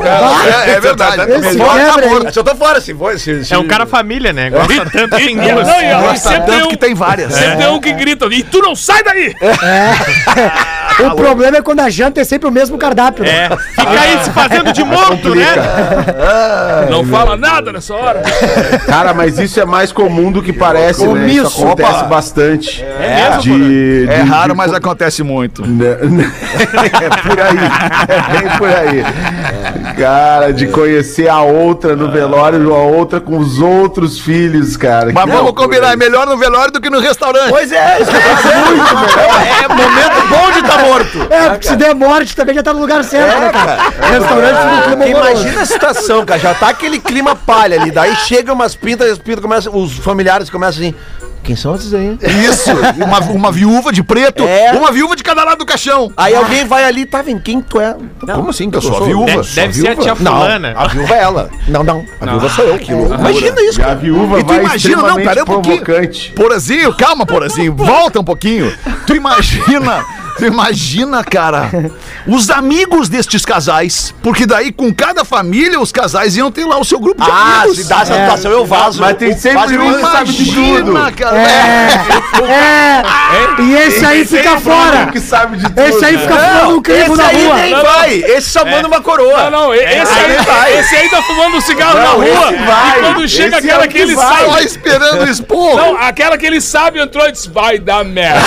Speaker 4: É, é verdade.
Speaker 8: Esse
Speaker 4: Melhor
Speaker 8: quebra
Speaker 4: tá
Speaker 8: aí.
Speaker 4: morto.
Speaker 5: Se eu tô fora, se for. Se, se...
Speaker 7: É um cara família, né? Gosta tanto que tem
Speaker 6: E,
Speaker 7: duas.
Speaker 6: não, e- e sempre tem
Speaker 4: Tanto
Speaker 6: um,
Speaker 4: que tem várias.
Speaker 9: É.
Speaker 6: sempre tem um que grita. E tu não sai daí!
Speaker 8: O problema é quando a janta é sempre o mesmo cardápio. né?
Speaker 7: É, fica aí se fazendo de morto, né?
Speaker 6: Não fala nada nessa hora.
Speaker 9: Cara, mas isso é mais comum do que parece, né? Isso
Speaker 8: Omisso.
Speaker 9: acontece bastante. É,
Speaker 7: mesmo,
Speaker 9: de,
Speaker 4: É
Speaker 9: de-
Speaker 4: raro,
Speaker 9: de-
Speaker 4: mas acontece muito.
Speaker 9: Né? <laughs> é por aí. É bem por aí. Cara, de conhecer a outra no velório, a outra com os outros filhos, cara.
Speaker 4: Mas
Speaker 9: Que
Speaker 4: vamos
Speaker 9: loucura.
Speaker 4: combinar, é melhor no velório do que no restaurante.
Speaker 5: Pois é, isso que eu tô dizendo. É
Speaker 9: <laughs>
Speaker 5: momento bom de tá morto.
Speaker 8: É, porque se der morte também já tá no lugar
Speaker 5: É,
Speaker 8: certo, né,
Speaker 5: <laughs>
Speaker 8: cara? Restaurante fica no clima horroroso.
Speaker 5: Imagina a situação, cara. Já tá aquele clima palha ali. Daí chegam umas pintas, e as pintas começam. Os familiares começam assim.
Speaker 10: Quem são esses aí?
Speaker 4: Isso, uma, uma viúva de preto,
Speaker 10: É.
Speaker 4: uma viúva de cada lado do caixão.
Speaker 5: Ah.
Speaker 10: Aí alguém vai ali, tá vendo quem tu é?
Speaker 5: Como assim? que
Speaker 4: Eu sou a viúva.
Speaker 7: De- deve ser é a tia fulana.
Speaker 5: A viúva é ela.
Speaker 10: Não, não.
Speaker 5: A viúva sou eu, que loucura.
Speaker 4: Imagina isso,
Speaker 9: E a
Speaker 4: cara.
Speaker 9: viúva
Speaker 4: E tu
Speaker 9: vai
Speaker 4: imagina, não, cara, é um
Speaker 9: extremamente
Speaker 4: pouquinho-
Speaker 9: provocante.
Speaker 4: Porazinho, calma, Porazinho, volta um pouquinho. Tu imagina, tu imagina, cara, os amigos destes casais, porque daí com cada família os casais iam ter lá o seu grupo de
Speaker 5: Ah,
Speaker 4: amigos. É.
Speaker 5: se dá essa
Speaker 8: É,
Speaker 5: situação, eu vazo.
Speaker 9: Mas tem
Speaker 5: Eu
Speaker 9: sempre
Speaker 5: vazo,
Speaker 9: um que sabe de tudo.
Speaker 4: Imagina, cara.
Speaker 5: É.
Speaker 8: É, e esse aí fica fora.
Speaker 9: que sabe de tudo.
Speaker 8: Esse aí fica fumando um crivo
Speaker 5: Esse
Speaker 8: na
Speaker 5: aí
Speaker 8: rua.
Speaker 5: nem vai. Esse só manda uma coroa.
Speaker 6: Não, Ah, não, e- esse aí, esse aí tá fumando um cigarro
Speaker 9: É, Não,
Speaker 6: na rua.
Speaker 9: esse vai.
Speaker 6: E quando chega
Speaker 9: Esse
Speaker 6: aquela
Speaker 9: é o
Speaker 6: que,
Speaker 9: que
Speaker 6: ele
Speaker 9: vai.
Speaker 6: sabe.
Speaker 4: Só esperando expor.
Speaker 6: Não, aquela que ele sabe entrou e disse: vai dar merda.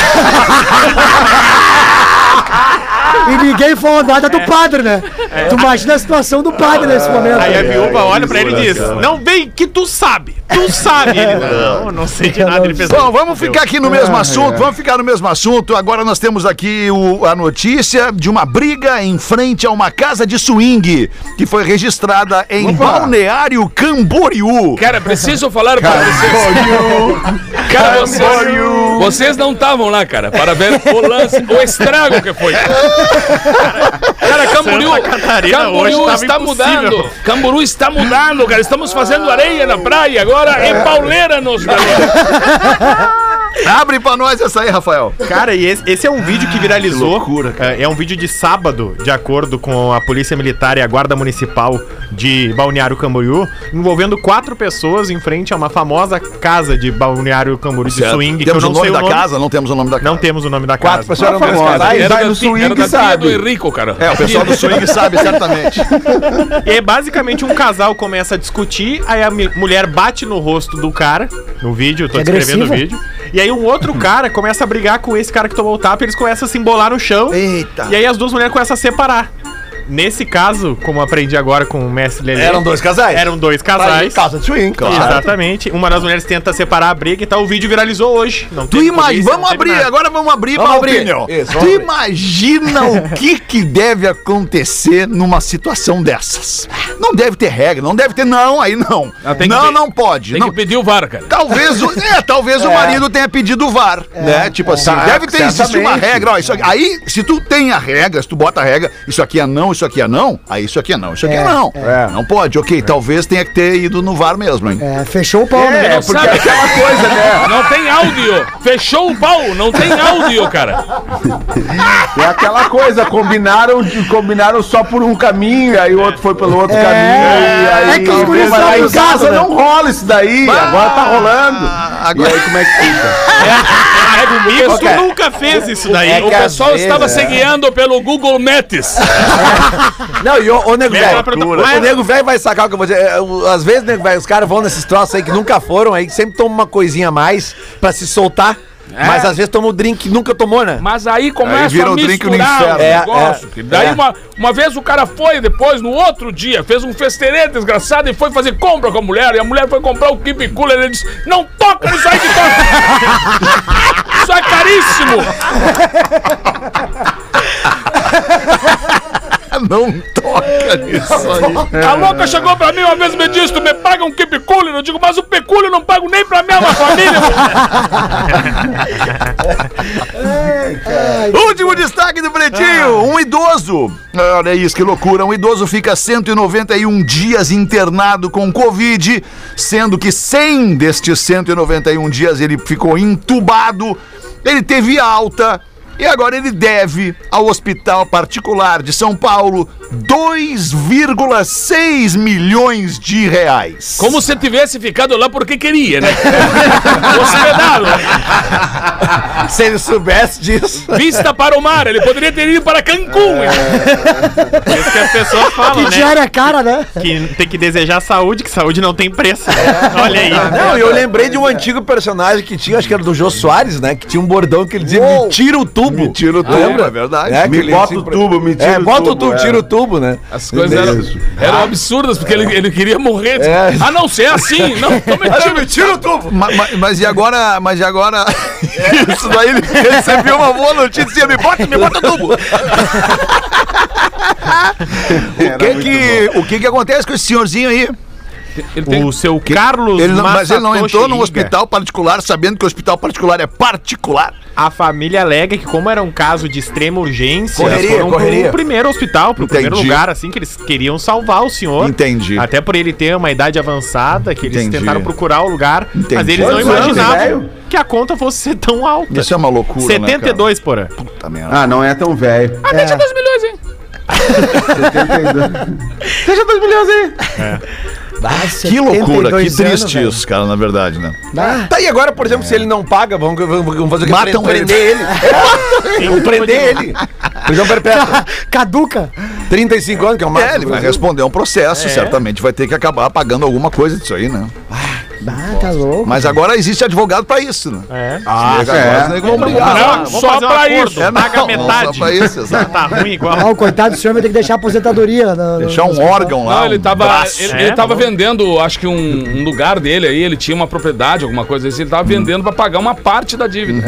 Speaker 8: E ninguém falou nada do padre, né? Tu imagina a situação do padre nesse momento.
Speaker 9: É,
Speaker 7: Aí a
Speaker 6: é
Speaker 8: né?
Speaker 7: viúva É, olha pra ele e diz:
Speaker 9: cara.
Speaker 7: Não vem que tu
Speaker 6: <laughs>
Speaker 7: sabe. Tu sabe. Ele, não, não sei <laughs> de nada. Ele pensou.
Speaker 4: Bom, vamos ficar aqui no mesmo assunto, vamos ficar no mesmo assunto. Agora nós temos aqui o- a notícia de uma briga em frente a uma casa de swing que foi registrada em Balneário Camboriú.
Speaker 6: Cara, preciso falar pra vocês. Cara, vocês, vocês não estavam lá, cara, para ver o lance, o estrago que foi. Cara, Camboriú,
Speaker 7: Santa Catarina hoje
Speaker 6: Camboriú
Speaker 7: tava
Speaker 6: está
Speaker 7: impossível.
Speaker 6: mudando. Camboriú está mudando, cara. Estamos fazendo areia na praia agora. É pauleira nos galera.
Speaker 4: Abre pra nós essa aí, Rafael.
Speaker 7: Cara, e esse, esse é um vídeo
Speaker 4: Ah,
Speaker 7: que viralizou. É, É um vídeo de sábado, de acordo com a Polícia Militar e a Guarda Municipal de Balneário Camboriú, envolvendo quatro pessoas em frente a uma famosa casa de Balneário Camboriú de swing,
Speaker 4: temos o
Speaker 7: que eu não
Speaker 4: nome
Speaker 7: sei o
Speaker 4: da
Speaker 7: nome.
Speaker 4: casa, não temos o nome da casa.
Speaker 7: Não temos o nome da
Speaker 5: Quatro
Speaker 7: casa.
Speaker 5: pessoas eram dois
Speaker 9: Aí
Speaker 5: casais.
Speaker 9: vai no
Speaker 6: da ti-
Speaker 9: swing
Speaker 6: era
Speaker 9: que
Speaker 6: da tia
Speaker 9: sabe.
Speaker 6: do Henrico, cara.
Speaker 4: É, o pessoal do swing sabe, certamente.
Speaker 7: E aí, basicamente, um casal começa a discutir, aí a mi- mulher bate no rosto do cara, no vídeo, eu tô
Speaker 8: É
Speaker 7: descrevendo o
Speaker 8: agressiva?
Speaker 7: vídeo. E aí um outro cara começa a brigar com esse cara que tomou o tapa, e eles começam a se embolar no chão.
Speaker 4: Eita.
Speaker 7: E aí as duas mulheres começam a separar. Nesse caso, como aprendi agora com o mestre Lelê,
Speaker 5: Eram dois casais.
Speaker 7: eram dois
Speaker 5: Aí,
Speaker 7: casais.
Speaker 5: Casa de swing, claro.
Speaker 7: Exatamente. Uma das mulheres tenta separar a briga e tal. O vídeo viralizou hoje. Não
Speaker 4: Tu
Speaker 7: teve
Speaker 4: imagina,
Speaker 7: polícia, não
Speaker 4: vamos
Speaker 7: teve
Speaker 4: abrir,
Speaker 7: nada.
Speaker 4: agora vamos abrir
Speaker 5: Vamos
Speaker 4: pra
Speaker 5: abrir.
Speaker 4: opinião.
Speaker 5: Isso,
Speaker 4: tu
Speaker 5: vamos abrir.
Speaker 4: imagina o que que deve acontecer numa situação dessas. Não deve ter regra, não deve ter não, aí não. Não,
Speaker 6: tem que
Speaker 4: não,
Speaker 6: ter-
Speaker 4: pode.
Speaker 6: Tem
Speaker 4: Não.
Speaker 6: que pedir o VAR, cara.
Speaker 4: Talvez, o, é, talvez o marido tenha pedido o VAR,
Speaker 5: É.
Speaker 4: né? Tipo assim, deve ter existido uma regra, ó, isso aqui- aí se tu tem a regra, se tu bota a regra, isso aqui é não, isso aqui é não, aí isso aqui é não, isso aqui é, não. Não pode, OK, talvez tenha que ter ido no VAR mesmo, hein?
Speaker 8: É, fechou o pau, né?
Speaker 6: Não sabe, aquela coisa, né? Não tem áudio. Fechou o pau, não tem áudio, cara.
Speaker 9: É aquela coisa, combinaram, de- combinaram só por um caminho, aí o outro foi pelo outro caminho. E aí,
Speaker 8: é que os guris
Speaker 9: mas
Speaker 4: tá
Speaker 8: são
Speaker 9: aí em
Speaker 8: abusados,
Speaker 9: casa
Speaker 8: né?
Speaker 9: não rola isso daí, agora tá rolando.
Speaker 5: Ah,
Speaker 4: agora-
Speaker 9: E aí como é que fica?
Speaker 6: É
Speaker 7: Comigo,
Speaker 6: comigo.
Speaker 7: tu nunca fez isso daí.
Speaker 5: É
Speaker 6: O
Speaker 5: que às
Speaker 6: pessoal
Speaker 5: vezes,
Speaker 6: estava
Speaker 5: é.
Speaker 6: se guiando pelo Google Maps.
Speaker 5: Não, e o, o nego
Speaker 7: Merda,
Speaker 5: velho.
Speaker 7: ela perguntou,
Speaker 5: O,
Speaker 7: "Ah,
Speaker 5: o nego velho vai sacar o que eu vou dizer. É, o- Às vezes, nego velho, os caras vão nesses troços aí que nunca foram, aí que sempre tomam uma coisinha a mais pra se soltar. Mas às vezes toma um drink que nunca tomou, né?
Speaker 6: Mas aí começa
Speaker 4: Aí vira
Speaker 6: a
Speaker 4: o drink no
Speaker 6: misturar
Speaker 4: inferno.
Speaker 6: o
Speaker 5: É,
Speaker 6: negócio.
Speaker 5: é,
Speaker 6: que daí
Speaker 5: é.
Speaker 6: uma, uma vez o cara foi, depois, no outro dia, fez um festerê desgraçado e foi fazer compra com a mulher. E a mulher foi comprar o Keep Cool e ele disse, não toca nisso aí que toca. <laughs> Isso é caríssimo.
Speaker 4: <laughs> Não
Speaker 5: É,
Speaker 4: toca nisso aí.
Speaker 6: A louca chegou pra mim uma vez e me disse, tu me paga um Keep Cool? Eu digo, mas o pecúlio eu não pago nem pra <laughs> minha família.
Speaker 4: Último destaque do Pretinho,
Speaker 5: Ah.
Speaker 4: um idoso. Olha isso, que loucura. Um idoso fica 191 dias internado com Covid, sendo que 100 destes 191 dias ele ficou entubado, ele teve alta e agora ele deve ao Hospital Particular de São Paulo 2,6 milhões de reais.
Speaker 6: Como se tivesse ficado lá porque queria, <laughs> né? Hospedado.
Speaker 5: Se ele soubesse disso.
Speaker 6: Vista para o mar. Ele poderia ter ido para Cancún.
Speaker 7: Isso que
Speaker 4: <laughs>
Speaker 7: as pessoas falam,
Speaker 8: Que
Speaker 7: né?
Speaker 8: diária é cara, né?
Speaker 7: Que tem que desejar saúde, que saúde não tem preço.
Speaker 4: É,
Speaker 7: <laughs> Olha aí.
Speaker 5: Não, e eu lembrei de um antigo personagem que tinha, acho que era do Jô Soares, né? Que tinha um bordão que ele dizia: me tira o tubo. Me tira o tubo. Lembra?
Speaker 4: é verdade.
Speaker 5: É,
Speaker 9: Me bota o tubo, me tira
Speaker 5: É,
Speaker 9: o
Speaker 5: bota o
Speaker 9: tubo,
Speaker 5: tubo,
Speaker 9: é.
Speaker 5: tira o tubo, né?
Speaker 6: As
Speaker 4: É
Speaker 6: coisas
Speaker 9: Beleza.
Speaker 6: eram,
Speaker 4: Ah.
Speaker 6: eram absurdas, porque ele, ele queria morrer. Ah, não, se é assim,
Speaker 4: <laughs>
Speaker 6: não, tô mentindo.
Speaker 4: Tira o tubo! Ma- ma- Mas, e agora? Mas e agora? <laughs> Isso daí ele recebeu uma boa notícia. Me bota, me bota o tubo! o, que que, o que que acontece com esse senhorzinho aí?
Speaker 6: Ele tem-
Speaker 7: O seu Carlos
Speaker 4: Ele não- mas ele não
Speaker 7: Masatoshi
Speaker 4: entrou num
Speaker 7: Iga.
Speaker 4: hospital particular sabendo que o hospital particular é particular.
Speaker 7: A família alega que, como era um caso de extrema urgência,
Speaker 5: Correria,
Speaker 7: foram
Speaker 5: correria.
Speaker 7: pro primeiro hospital, pro primeiro
Speaker 4: Entendi.
Speaker 7: lugar, assim, que eles queriam salvar o senhor.
Speaker 4: Entendi.
Speaker 7: Até por ele ter uma idade avançada, que eles
Speaker 4: Entendi.
Speaker 7: tentaram procurar o lugar, mas
Speaker 4: Entendi. é, né,
Speaker 7: eles não
Speaker 9: Quantos anos,
Speaker 7: imaginavam
Speaker 9: velho?
Speaker 7: que a conta fosse ser tão alta.
Speaker 4: Isso é uma loucura, né, cara?
Speaker 7: 72, porra.
Speaker 4: Puta merda.
Speaker 9: Ah, não é tão velho.
Speaker 6: Ah, deixa 2 milhões, hein?
Speaker 9: Deixa dois milhões aí.
Speaker 4: Que loucura, que
Speaker 8: né?
Speaker 4: triste isso, cara, na verdade, né?
Speaker 5: Tá, e agora, por exemplo, se ele não paga, vamos, vamos- vamos fazer o que?
Speaker 4: Matam
Speaker 5: prender ele. É, vamos prender ele. Prisão perpétua.
Speaker 8: Caduca.
Speaker 5: 35 anos, que é o máximo.
Speaker 4: É, ele
Speaker 5: do
Speaker 4: vai
Speaker 5: Brasil.
Speaker 4: responder a um processo, certamente vai ter que acabar pagando alguma coisa disso aí, né?
Speaker 8: Ah, tá louco.
Speaker 4: Mas agora existe advogado pra isso, né?
Speaker 7: É.
Speaker 4: Ah,
Speaker 9: é.
Speaker 4: vão
Speaker 7: Ah,
Speaker 4: brigar.
Speaker 6: Não,
Speaker 4: né?
Speaker 6: só pra isso.
Speaker 4: É, não,
Speaker 7: paga
Speaker 4: não,
Speaker 7: metade.
Speaker 4: só pra isso, exato.
Speaker 7: tá ruim igual.
Speaker 8: Ah, o coitado do senhor vai ter que deixar a aposentadoria. no- no-
Speaker 4: Deixar
Speaker 8: no
Speaker 4: um
Speaker 8: hospital.
Speaker 4: órgão lá.
Speaker 6: Não, ele tá
Speaker 4: um
Speaker 6: tava,
Speaker 4: braço.
Speaker 6: ele,
Speaker 7: É,
Speaker 6: ele tava
Speaker 7: tá bom.
Speaker 6: vendendo, acho que um, um lugar dele aí, ele tinha uma propriedade, alguma coisa assim, ele tava vendendo pra pagar uma parte da dívida.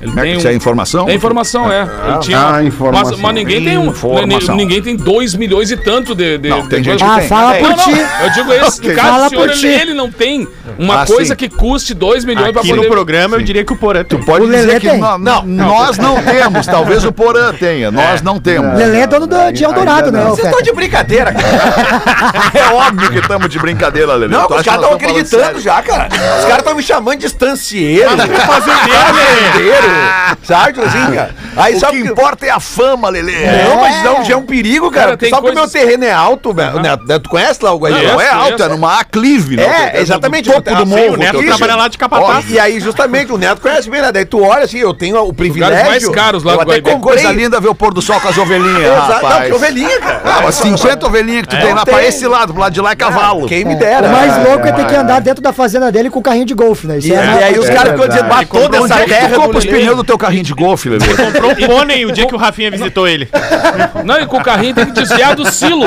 Speaker 6: Ele
Speaker 4: Como é que isso é informação?
Speaker 6: É informação, é. Ele tinha
Speaker 9: ah,
Speaker 6: uma-
Speaker 9: informação.
Speaker 6: Mas, mas ninguém tem um.
Speaker 4: Informação.
Speaker 6: ni- Ninguém tem 2 milhões e tanto de. de-
Speaker 4: Não, tem
Speaker 6: de
Speaker 4: gente
Speaker 6: coisa.
Speaker 4: que
Speaker 8: Ah,
Speaker 4: tem.
Speaker 8: fala
Speaker 6: Não,
Speaker 8: por
Speaker 6: não,
Speaker 8: ti.
Speaker 6: eu digo esse. No caso,
Speaker 8: Fala
Speaker 6: o senhor,
Speaker 8: por
Speaker 6: ele,
Speaker 8: ti.
Speaker 6: ele não tem uma
Speaker 4: Ah,
Speaker 6: coisa
Speaker 4: sim.
Speaker 6: que custe 2 milhões pra
Speaker 7: Aqui
Speaker 6: poder.
Speaker 7: no programa eu diria que o Porã tem.
Speaker 4: Pode
Speaker 8: O
Speaker 4: dizer
Speaker 8: Lelê
Speaker 4: que
Speaker 8: tem?
Speaker 4: nó- Ah, não, nós não temos, talvez o Porã tenha, nós não temos.
Speaker 8: Lelê é dono da, de Eldorado, né? ô,
Speaker 5: Vocês
Speaker 8: Fetter?
Speaker 4: tá
Speaker 5: estão de brincadeira, cara.
Speaker 4: <laughs> É óbvio que estamos de brincadeira, Lelê.
Speaker 5: Não,
Speaker 4: Tu
Speaker 5: os
Speaker 4: acha que
Speaker 5: caras
Speaker 4: nós
Speaker 5: estão
Speaker 4: estamos falando sério?
Speaker 5: acreditando já, cara. Os caras estão me chamando de estancieiro. Sabe, tipo assim, cara? Aí
Speaker 4: Ah. O que
Speaker 5: sabe que...
Speaker 4: importa é a fama, Lelê.
Speaker 5: Não, mas não, já é um perigo, cara.
Speaker 6: Cara, tem
Speaker 5: Só porque o meu
Speaker 6: coisas-
Speaker 5: terreno é alto, velho. Neto, né? Tu conhece lá o Guaíba?
Speaker 4: Não, é
Speaker 6: Isso,
Speaker 4: alto,
Speaker 6: isso.
Speaker 4: é numa aclive, né?
Speaker 5: É,
Speaker 4: Tu- no
Speaker 5: exatamente.
Speaker 4: topo do
Speaker 5: Assim,
Speaker 4: morro. né?
Speaker 5: o Neto
Speaker 4: teu-
Speaker 5: trabalha
Speaker 7: lá de capataz.
Speaker 5: Ó, e aí, justamente, o Neto conhece bem, né? Daí tu olha assim, eu tenho o privilégio.
Speaker 6: mais caros lá
Speaker 5: eu
Speaker 6: do
Speaker 5: até
Speaker 6: Guaíba.
Speaker 5: comprei.
Speaker 4: Coisa linda ver o pôr do sol com as ovelhinhas,
Speaker 5: Exato, não,
Speaker 4: rapaz.
Speaker 5: que ovelhinha, cara. É.
Speaker 4: Ah, mas 50 ovelhinhas que tu tem lá pra
Speaker 5: tem. Ah,
Speaker 4: esse lado, pro lado de lá é cavalo.
Speaker 5: Quem me
Speaker 8: O
Speaker 5: dera.
Speaker 8: mais
Speaker 4: né?
Speaker 8: louco é ter que andar dentro da fazenda dele com o carrinho de golfe, né? Isso
Speaker 5: E,
Speaker 8: é,
Speaker 5: e aí os
Speaker 9: É
Speaker 5: caras ficam
Speaker 9: verdade.
Speaker 5: dizendo, bah, toda
Speaker 4: Onde é
Speaker 5: essa
Speaker 4: que tu
Speaker 5: terra do
Speaker 4: compra os
Speaker 5: Lelê.
Speaker 4: pneus do teu carrinho de golfe, Lelê?
Speaker 7: Comprou um pônei o dia que o Rafinha visitou ele.
Speaker 6: Não, e com o carrinho tem que desviar do silo.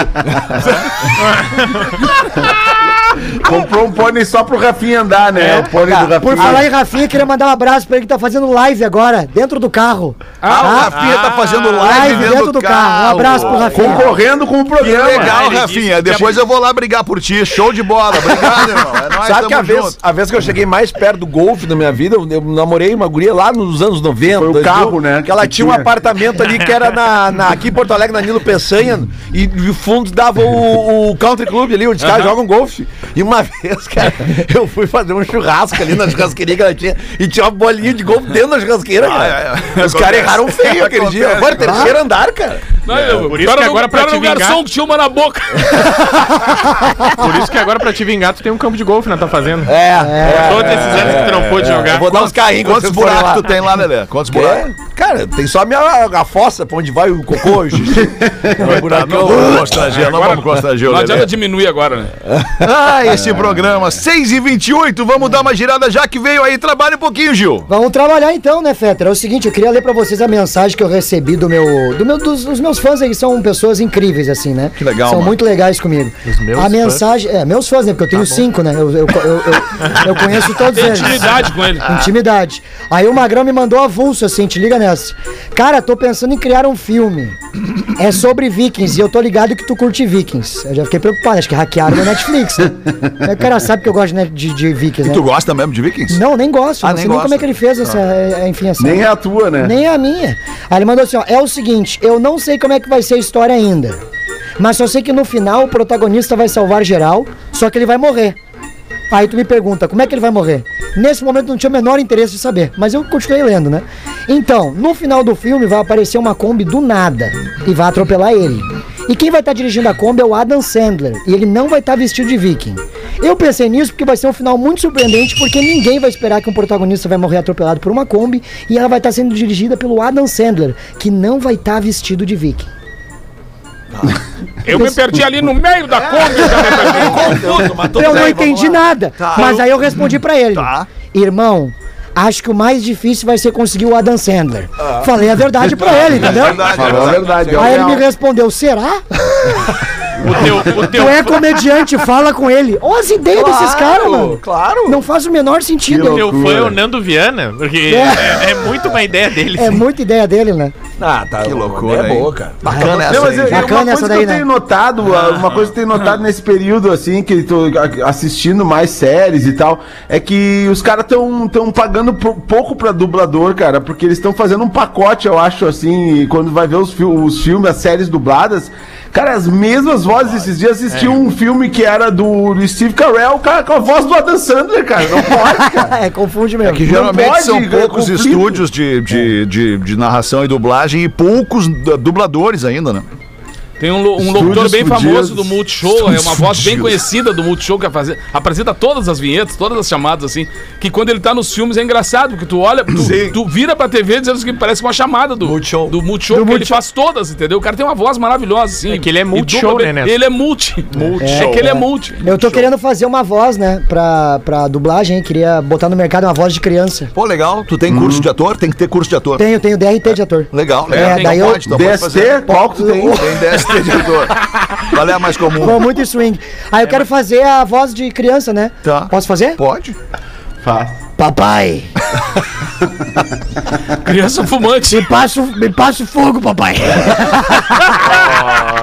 Speaker 9: Comprou um pônei só pro Rafinha andar, né? o pônei do Rafinha.
Speaker 8: é Por falar em Rafinha, queria mandar um abraço pra ele que tá fazendo live agora, dentro do carro.
Speaker 4: Ah, o Rafinha tá fazendo live
Speaker 8: live dentro do carro. Um abraço pro Rafinha.
Speaker 9: Concorrendo com o programa.
Speaker 4: Legal,
Speaker 7: ele
Speaker 4: Rafinha. Depois eu vou lá brigar por ti. Show de bola. Obrigado, irmão. É nóis,
Speaker 5: Sabe que a
Speaker 4: tamo
Speaker 5: vez,
Speaker 4: junto.
Speaker 5: a vez que eu cheguei mais perto do golfe na minha vida, eu eu namorei uma guria lá nos anos 90.
Speaker 9: Foi o
Speaker 5: 2000,
Speaker 9: carro, né,
Speaker 5: Que ela
Speaker 9: que
Speaker 5: tinha um
Speaker 9: tinha.
Speaker 5: apartamento ali que era na, na- aqui em Porto Alegre, na Nilo Peçanha, e no fundo dava o, o Country Club ali, onde os caras jogam golfe. E uma <laughs> vez, cara, eu fui fazer um churrasco ali na churrasqueria que ela tinha, e tinha uma bolinha de golfe dentro da churrasqueira, cara.
Speaker 4: é, é.
Speaker 5: Os caras erraram feio aquele
Speaker 4: Acontece. Ah.
Speaker 5: dia. Agora, terceiro andar, cara.
Speaker 6: Não, eu,
Speaker 7: É, por isso
Speaker 6: pior
Speaker 7: que
Speaker 6: era o-
Speaker 7: agora pra
Speaker 6: pior era
Speaker 7: te
Speaker 6: o
Speaker 7: vingar-
Speaker 6: garçom que tinha uma
Speaker 7: <laughs>
Speaker 6: na boca.
Speaker 7: Por isso que agora, pra te vingar, tu tem um campo de golfe na tua fazenda.
Speaker 5: É,
Speaker 7: Todos esses anos que tu não pôde jogar.
Speaker 5: Eu É. vou dar uns carrinhos quando
Speaker 4: Quantos
Speaker 5: vocês forem lá.
Speaker 4: buracos tu tem lá, Lelê? Quantos buracos?
Speaker 5: É, cara, tem só a minha a fossa pra onde vai o cocô hoje.
Speaker 4: <laughs> Tá, não vamos constranger, não vamos constranger o
Speaker 6: Não adianta
Speaker 4: Lelê.
Speaker 6: diminuir agora, né?
Speaker 7: É.
Speaker 4: Ah, esse programa, 6h28, vamos dar uma girada já que veio aí. Trabalha um pouquinho, Gil.
Speaker 8: Vamos trabalhar então, né, Fetter? É o seguinte, eu queria ler pra vocês a mensagem que eu recebi do meu, do meu dos, dos meus fãs, eles são pessoas incríveis assim, né?
Speaker 4: Que legal,
Speaker 8: São
Speaker 4: mano.
Speaker 8: muito legais comigo. Os
Speaker 7: meus
Speaker 8: a
Speaker 7: fãs?
Speaker 8: mensagem, é, meus fãs, né? Porque eu tenho cinco, né? Eu, eu, eu, eu- eu conheço todos
Speaker 6: Tem
Speaker 8: eles.
Speaker 6: intimidade
Speaker 7: <laughs>
Speaker 6: com ele.
Speaker 8: Ah. Intimidade. Aí o Magrão me mandou avulso assim, te liga nessa. Cara, tô pensando em criar um filme. É sobre Vikings e eu tô ligado que tu curte Vikings. Eu já fiquei preocupado, acho que hackearam meu Netflix. Né? O cara sabe que eu gosto né, de, de Vikings, né?
Speaker 4: Tu gosta mesmo de Vikings?
Speaker 8: Não, nem gosto.
Speaker 4: Ah,
Speaker 8: não
Speaker 4: nem
Speaker 8: sei nem
Speaker 4: gosta. Ah.
Speaker 8: como é que ele fez essa, é, enfim, essa.
Speaker 9: Nem é a tua, né?
Speaker 8: Nem a minha. Aí ele mandou assim, ó, é o seguinte, eu não sei como é que vai ser a história ainda. Mas só sei que no final o protagonista vai salvar geral, só que ele vai morrer. Aí tu me pergunta, como é que ele vai morrer? Nesse momento não tinha o menor interesse de saber, mas eu continuei lendo, né? Então, no final do filme vai aparecer uma Kombi do nada e vai atropelar ele. E quem vai estar dirigindo a Kombi é o Adam Sandler, e ele não vai estar vestido de viking. Eu pensei nisso porque vai ser um final muito surpreendente, porque ninguém vai esperar que um protagonista vai morrer atropelado por uma Kombi, e ela vai estar sendo dirigida pelo Adam Sandler, que não vai estar vestido de viking.
Speaker 6: Eu me perdi ali no meio da Kombi.
Speaker 8: eu não entendi nada. Mas aí eu respondi pra ele. Irmão, acho que o mais difícil vai ser conseguir o Adam Sandler. Falei a verdade pra ele, entendeu?
Speaker 4: Tá
Speaker 9: Falou a verdade. é o
Speaker 8: Aí ele me
Speaker 9: real.
Speaker 8: respondeu, será?
Speaker 7: O teu, o
Speaker 8: Tu
Speaker 7: teu,
Speaker 8: é comediante, fala com ele. Olha as ideias desses caras, mano.
Speaker 5: Claro.
Speaker 8: Não faz o menor
Speaker 9: Que
Speaker 8: sentido.
Speaker 9: louco.
Speaker 7: teu fã é o Nando Viana, porque é, é muito uma ideia dele.
Speaker 8: É muita ideia dele, né?
Speaker 5: Ah, tá. Que
Speaker 4: né?
Speaker 5: loucura. É boa, cara.
Speaker 4: Bacana
Speaker 9: Não,
Speaker 4: essa
Speaker 9: mas
Speaker 4: aí.
Speaker 9: eu- eu-
Speaker 8: Bacana
Speaker 9: é uma coisa
Speaker 8: essa
Speaker 9: que
Speaker 8: daí,
Speaker 9: eu
Speaker 8: né?
Speaker 9: tenho notado, uma coisa que eu tenho notado nesse período, assim, que tô a- assistindo mais séries e tal, é que os caras estão tão pagando pou- pouco pra dublador, cara, porque eles estão fazendo um pacote, eu acho, assim, e quando vai ver os, fi- os filmes, as séries dubladas, cara, as mesmas vozes, esses dias assisti um filme que era do Steve Carell, cara, com a voz do Adam Sandler, cara, <laughs> não pode, cara.
Speaker 8: é, confunde mesmo.
Speaker 4: Que geralmente
Speaker 9: pode,
Speaker 4: são
Speaker 9: é
Speaker 4: poucos
Speaker 9: conflito.
Speaker 4: estúdios de, de, de, de narração e dublagem e poucos d- dubladores ainda, né?
Speaker 6: Tem um, lo- um
Speaker 9: Estúdios
Speaker 6: locutor bem
Speaker 9: fudidos.
Speaker 6: famoso do Multishow, é uma
Speaker 4: Estúdios
Speaker 6: voz bem
Speaker 4: fudidos.
Speaker 6: conhecida do Multishow que fazer, apresenta todas as vinhetas, todas as chamadas assim, que quando ele tá nos filmes é engraçado, porque tu olha, tu, tu vira pra TV dizendo que parece uma chamada do Multishow, do Multishow porque ele faz todas, entendeu? O cara tem uma voz maravilhosa assim.
Speaker 7: É que ele é
Speaker 6: e
Speaker 7: Multishow,
Speaker 6: dubla bem.
Speaker 7: né, Neto?
Speaker 6: Ele é multi. É, que ele é multi.
Speaker 8: Eu tô querendo fazer uma voz, né, pra, pra dublagem, hein? queria botar no mercado uma voz de criança.
Speaker 4: Pô, legal. Tu tem curso de ator? Tem que ter curso de ator.
Speaker 8: Tenho, tenho DRT de ator.
Speaker 4: Legal,
Speaker 8: É,
Speaker 4: legal.
Speaker 8: daí eu-
Speaker 4: não pode fazer.
Speaker 9: DST, qual que tu tem?
Speaker 4: Tem DST de <laughs> ator. Qual é a mais comum?
Speaker 8: Vou muito em swing. Aí eu quero fazer a voz de criança, né?
Speaker 4: Tá.
Speaker 8: Posso fazer?
Speaker 4: Pode.
Speaker 9: Faz.
Speaker 8: Papai,
Speaker 6: Criança fumante.
Speaker 8: me passa, o- me passa o fogo, papai.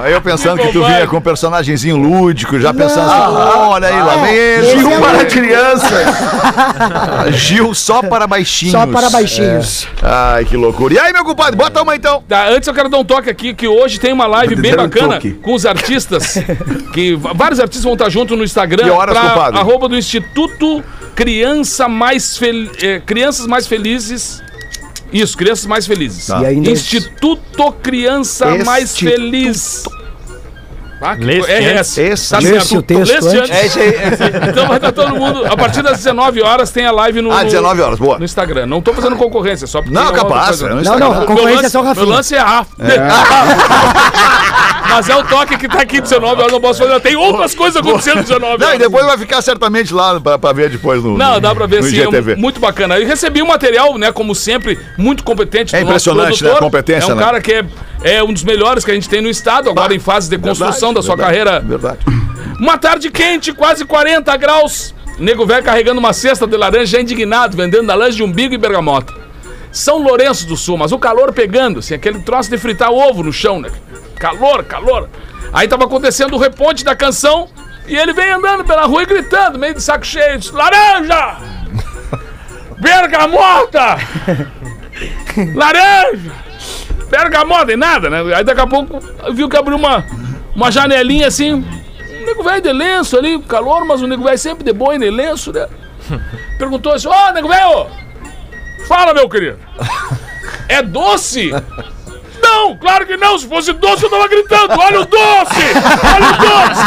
Speaker 4: Ah, eu pensando
Speaker 6: Que
Speaker 4: que tu
Speaker 6: bobagem.
Speaker 4: vinha com um personagemzinho lúdico, já pensando assim, olha aí, lá vem ele.
Speaker 8: Esse é
Speaker 4: Gil para
Speaker 8: lúdico.
Speaker 4: crianças. Ah, <laughs> Gil só para baixinhos. É.
Speaker 8: Só para baixinhos.
Speaker 4: Ai, que loucura. E aí, meu compadre, bota uma então.
Speaker 6: Tá, antes eu quero dar um toque aqui, que hoje tem uma live bem
Speaker 9: Dar um
Speaker 6: bacana
Speaker 9: toque.
Speaker 6: com
Speaker 4: <laughs>
Speaker 6: os artistas. que v- vários artistas vão estar junto no Instagram.
Speaker 4: Que horas,
Speaker 6: pra
Speaker 4: compadre?
Speaker 6: Arroba do Instituto Criança Mais Fel... eh, Crianças Mais Felizes. Isso, Crianças Mais Felizes.
Speaker 8: E ainda
Speaker 6: Instituto Criança Mais
Speaker 4: Tá. Instituto.
Speaker 6: Feliz. Tá? Que-
Speaker 7: Leste
Speaker 6: é
Speaker 7: antes.
Speaker 6: esse. Tá
Speaker 8: Leste
Speaker 6: certo.
Speaker 8: o texto
Speaker 6: Leste
Speaker 8: antes.
Speaker 4: É,
Speaker 6: antes. Então vai estar todo mundo. A partir das 19 horas tem a live no,
Speaker 4: Ah, 19 horas, boa.
Speaker 6: no Instagram. Não tô fazendo concorrência, só porque.
Speaker 4: Não,
Speaker 6: é uma outra
Speaker 4: capaz,
Speaker 6: coisa.
Speaker 4: é no
Speaker 8: Não, não, a
Speaker 6: Meu
Speaker 8: concorrência
Speaker 6: lance-
Speaker 8: é só o
Speaker 6: Meu
Speaker 8: Rafinha.
Speaker 6: lance é Rafa. <laughs> Mas é o toque que tá aqui 19 horas, não posso fazer. Tem outras coisas acontecendo 19
Speaker 4: Não,
Speaker 6: horas.
Speaker 4: e depois vai ficar certamente lá pra, pra ver depois no.
Speaker 6: Não,
Speaker 4: no-
Speaker 6: dá pra ver
Speaker 4: no
Speaker 6: sim,
Speaker 4: IGTV.
Speaker 6: é mu- muito bacana. E recebi um material, né, como sempre, muito competente.
Speaker 4: É
Speaker 6: do nosso
Speaker 4: impressionante, né,
Speaker 6: produtor.
Speaker 4: a competência,
Speaker 6: É um
Speaker 4: né?
Speaker 6: cara que é, é um dos melhores que a gente tem no estado, agora em fase de construção da sua carreira
Speaker 4: Verdade.
Speaker 6: uma tarde quente, quase 40 graus. Nego velho carregando uma cesta de laranja indignado, vendendo na lanche de umbigo e bergamota. São Lourenço do Sul, mas o calor pegando, assim, aquele troço de fritar ovo no chão, né? Calor, calor. Aí tava acontecendo o reponte da canção e ele vem andando pela rua e gritando, meio de saco cheio, diz, laranja! Bergamota! Laranja! Bergamota e nada, né? Aí daqui a pouco viu que abriu uma, uma janelinha assim, o nego velho de lenço ali, calor, mas o nego velho sempre de boina e lenço, <laughs> né? Perguntou assim: Ô, nego velho, fala, meu querido, é doce? Não, claro que não, se fosse doce eu tava gritando: olha o doce! Olha o doce!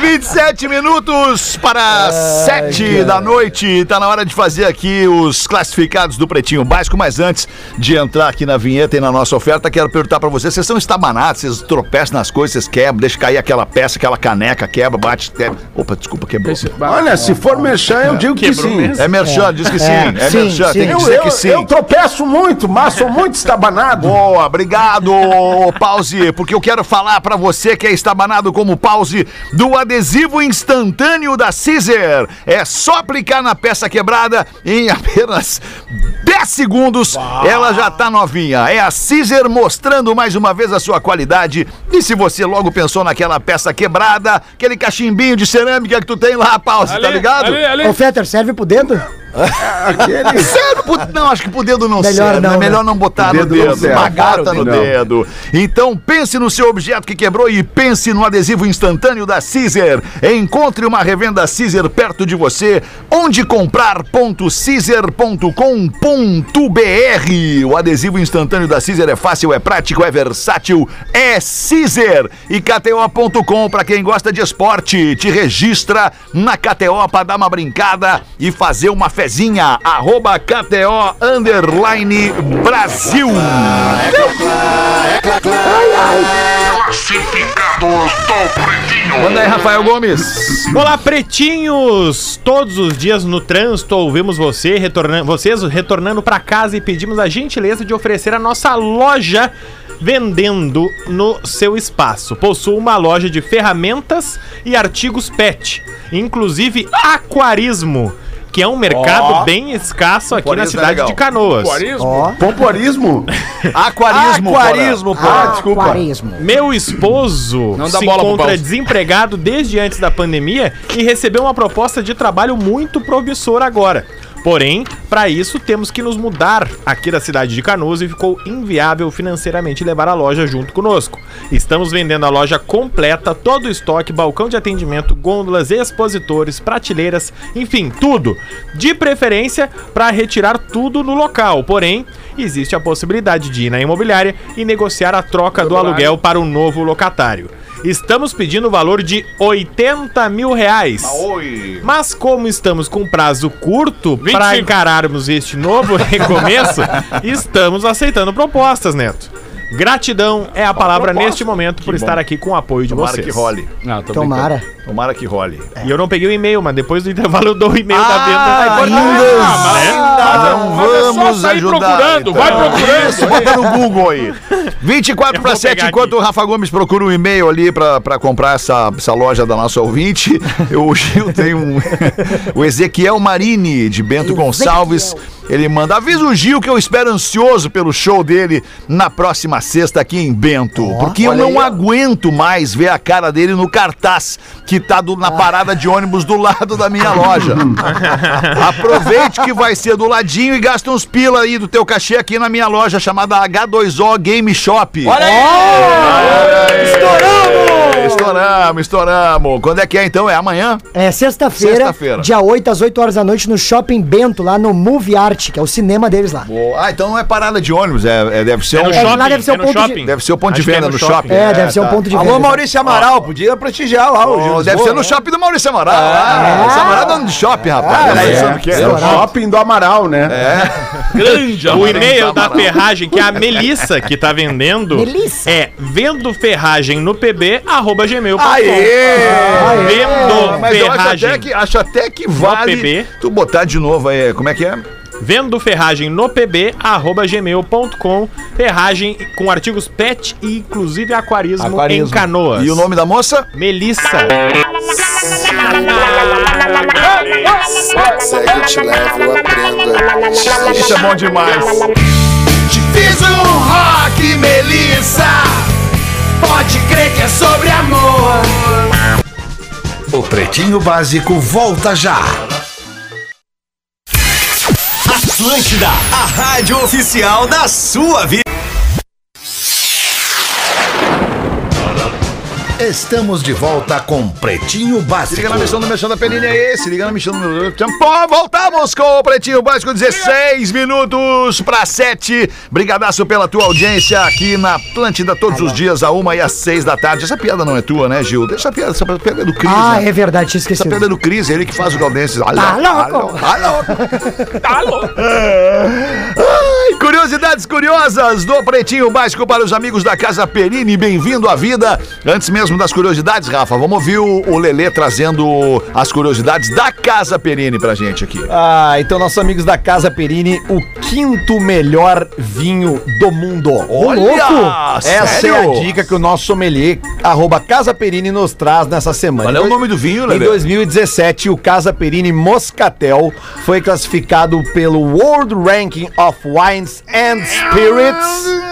Speaker 4: 27 minutos para 7 da noite. Tá na hora de fazer aqui os classificados do Pretinho Básico, mas antes de entrar aqui na vinheta e na nossa oferta, quero perguntar pra vocês, vocês são estabanados, vocês tropeçam nas coisas, vocês quebram, deixa cair aquela peça, aquela caneca, quebra, bate, quebra. Opa, desculpa, quebrou.
Speaker 9: Olha, se for merchan, eu digo que sim.
Speaker 4: É merchan, diz que sim. É,
Speaker 8: sim,
Speaker 4: merchan,
Speaker 8: sim.
Speaker 4: tem que
Speaker 9: Eu,
Speaker 4: dizer
Speaker 9: eu,
Speaker 4: que sim.
Speaker 9: eu tropeço muito, mas sou
Speaker 4: <laughs>
Speaker 9: muito estabanado.
Speaker 4: Boa, obrigado, Pause, porque eu quero falar pra você que é estabanado como Pause do adesivo instantâneo da Caesar. É só aplicar na peça quebrada em apenas 10 segundos, ela já tá novinha. É a Caesar mostrando mais uma vez a sua qualidade. E se você logo pensou naquela peça quebrada, aquele cachimbinho de cerâmica que tu tem lá, Pause, tá ligado?
Speaker 6: Ali, ali.
Speaker 8: Ô, Fetter, serve pro dedo?
Speaker 4: Sério? pro- Não, acho que pro dedo não
Speaker 8: Melhor
Speaker 4: serve.
Speaker 8: não,
Speaker 4: é melhor
Speaker 8: né?
Speaker 4: não botar
Speaker 9: O
Speaker 4: no
Speaker 9: dedo não
Speaker 4: dedo.
Speaker 9: serve.
Speaker 4: Magata no
Speaker 9: Não.
Speaker 4: dedo. Então pense no seu objeto que quebrou e pense no adesivo instantâneo da Caesar. Encontre uma revenda Caesar perto de você. Onde comprar.caesar.com.br. O adesivo instantâneo da Caesar é fácil, é prático, é versátil, é Caesar. E KTO.com, para quem gosta de esporte, te registra na KTO para dar uma brincada e fazer uma fezinha. Arroba KTO Underline Brasil. Manda aí, Rafael Gomes.
Speaker 7: Olá, pretinhos! Todos os dias no trânsito ouvimos você retornando, vocês retornando para casa e pedimos a gentileza de oferecer a nossa loja vendendo no seu espaço. Possui uma loja de ferramentas e artigos pet, inclusive aquarismo. que é um mercado
Speaker 5: Ó.
Speaker 7: bem escasso aqui na
Speaker 5: Pompoarismo é
Speaker 7: cidade
Speaker 5: legal.
Speaker 7: de Canoas.
Speaker 6: Aquarismo?
Speaker 8: Ó,
Speaker 9: Pomporismo?
Speaker 5: Aquarismo.
Speaker 9: Aquarismo,
Speaker 5: Porã.
Speaker 9: Ah, desculpa.
Speaker 8: aquarismo.
Speaker 7: Meu esposo
Speaker 6: Não dá
Speaker 7: se
Speaker 6: bola pro
Speaker 7: encontra
Speaker 6: Paulo.
Speaker 7: desempregado desde antes da pandemia e recebeu uma proposta de trabalho muito promissora agora. Porém, para isso temos que nos mudar aqui da cidade de Canoas e ficou inviável financeiramente levar a loja junto conosco. Estamos vendendo a loja completa, todo o estoque, balcão de atendimento, gôndolas, expositores, prateleiras, enfim, tudo. De preferência para retirar tudo no local. Porém, existe a possibilidade de ir na imobiliária e negociar a troca do
Speaker 6: Imobiliária.
Speaker 7: aluguel para o novo locatário. Estamos pedindo o valor de 80 mil reais.
Speaker 4: Ah,
Speaker 7: Mas como estamos com prazo curto
Speaker 6: 25.
Speaker 7: para encararmos este novo <laughs> recomeço, estamos aceitando propostas, Neto. Gratidão é a palavra
Speaker 4: proposta.
Speaker 7: neste momento por
Speaker 4: Que
Speaker 7: estar
Speaker 4: bom.
Speaker 7: aqui com o apoio de
Speaker 4: Tomara
Speaker 7: vocês.
Speaker 4: que role.
Speaker 6: Não, tô
Speaker 8: Tomara.
Speaker 4: Tomara que role.
Speaker 7: E eu não peguei o e-mail, mas depois do intervalo eu dou o e-mail
Speaker 6: Tá
Speaker 7: da
Speaker 4: Ah,
Speaker 7: venda. Tá
Speaker 4: Lindas,
Speaker 7: é.
Speaker 6: mas- é
Speaker 4: Ah, não
Speaker 6: mas é só
Speaker 4: vamos
Speaker 6: sair
Speaker 4: ajudar. então.
Speaker 6: procurando, vai procurando.
Speaker 4: Isso, bota no Google aí. 24
Speaker 7: Eu
Speaker 4: para
Speaker 7: vou
Speaker 4: 7,
Speaker 7: pegar
Speaker 4: enquanto
Speaker 7: aqui.
Speaker 4: o Rafa Gomes procura um e-mail ali pra, pra comprar essa, essa loja da nossa
Speaker 9: <laughs>
Speaker 4: ouvinte, eu- o Gil tem um. <laughs> o Ezequiel Marini, de Bento Gonçalves. Ele manda, avisa o Gil que eu espero ansioso pelo show dele na próxima sexta aqui em Bento. porque eu
Speaker 9: olha
Speaker 4: não
Speaker 9: aí, ó.
Speaker 4: aguento mais ver a cara dele no cartaz que tá do- na
Speaker 9: Ah.
Speaker 4: parada de ônibus do lado da minha
Speaker 9: <laughs>
Speaker 4: loja. Aproveite que vai ser do ladinho e gasta uns pila aí do teu cachê aqui na minha loja chamada H2O Game Shop. Olha aí! É, Estouramos! Estouramos, estouramos. Quando é que é então? É amanhã?
Speaker 8: É sexta-feira,
Speaker 4: Sexta-feira.
Speaker 8: dia 8 às 8 horas da noite, no Shopping Bento, lá no Movie Art, que é o cinema deles lá.
Speaker 4: Ah, então não é parada de ônibus, é, é- deve ser um.
Speaker 7: É no shopping,
Speaker 8: lá deve ser o
Speaker 7: é no
Speaker 8: ponto de-
Speaker 7: shopping.
Speaker 4: Deve ser o ponto de
Speaker 7: Acho que é
Speaker 4: venda no shopping.
Speaker 8: É, deve ser um ponto de
Speaker 5: Alô,
Speaker 8: venda.
Speaker 5: Maurício Amaral, podia prestigiar lá o Gil.
Speaker 4: Deve ser no shopping do Maurício Amaral. Ah, Maurício Amaral é dono de shopping, rapaz. Tá pensando que
Speaker 9: É o shopping do Amaral, né?
Speaker 6: grande,
Speaker 7: O
Speaker 6: amor.
Speaker 7: e-mail da Ferragem, que é a Melissa que tá vendendo,
Speaker 8: Melissa?
Speaker 7: é vendo ferragem no pb, arroba gmail.com.
Speaker 4: Aê!
Speaker 7: Vendo
Speaker 4: Mas eu acho
Speaker 7: ferragem.
Speaker 4: até, que, acho até que vale
Speaker 7: PB.
Speaker 4: tu botar de novo aí. Como é que é?
Speaker 7: Vendo ferragem no pb, arroba gmail.com. Ferragem com artigos pet e inclusive aquarismo,
Speaker 5: Aquarismo.
Speaker 7: em canoas.
Speaker 4: E o nome da moça?
Speaker 7: Melissa.
Speaker 4: Isso é bom demais. Fiz um rock, Melissa. Pode crer que é sobre amor.
Speaker 2: O Pretinho Básico volta já. Atlântida, a rádio oficial da sua vida. Estamos de volta com Pretinho
Speaker 4: Se
Speaker 2: Básico.
Speaker 4: liga na missão do Mexão da Peninha é esse. Liga na missão do Mexão da Tampão, Voltamos com o Pretinho Básico, 16 minutos para 7. Brigadaço pela tua audiência aqui na Atlântida, todos os dias, a 1 e às 6 da tarde. Essa piada não é tua, né, Gil? Deixa a piada, essa piada é do Cris.
Speaker 8: Ah,
Speaker 4: né?
Speaker 8: é verdade, tinha
Speaker 4: Essa
Speaker 8: esquecido.
Speaker 4: piada é do Cris, ele que faz o Galdense. Alô,
Speaker 8: Tá louco?
Speaker 4: alô, alô.
Speaker 6: Tá louco.
Speaker 4: Ai, Curiosidades curiosas do Pretinho Básico para os amigos da Casa Perini. Bem-vindo à vida. Antes mesmo das curiosidades, Rafa, vamos ouvir o, o Lelê trazendo as curiosidades da Casa Perini pra gente aqui.
Speaker 5: Ah, então nossos amigos da Casa Perini, o quinto melhor vinho do mundo.
Speaker 4: Olha,
Speaker 5: Essa é
Speaker 4: sério?
Speaker 5: a dica que o nosso sommelier, arroba Casa Perini, nos traz nessa semana. Então,
Speaker 4: Qual é o nome do vinho,
Speaker 5: Em
Speaker 4: Lelê?
Speaker 5: 2017, o Casa Perini Moscatel foi classificado pelo World Ranking of Wines and Spirits.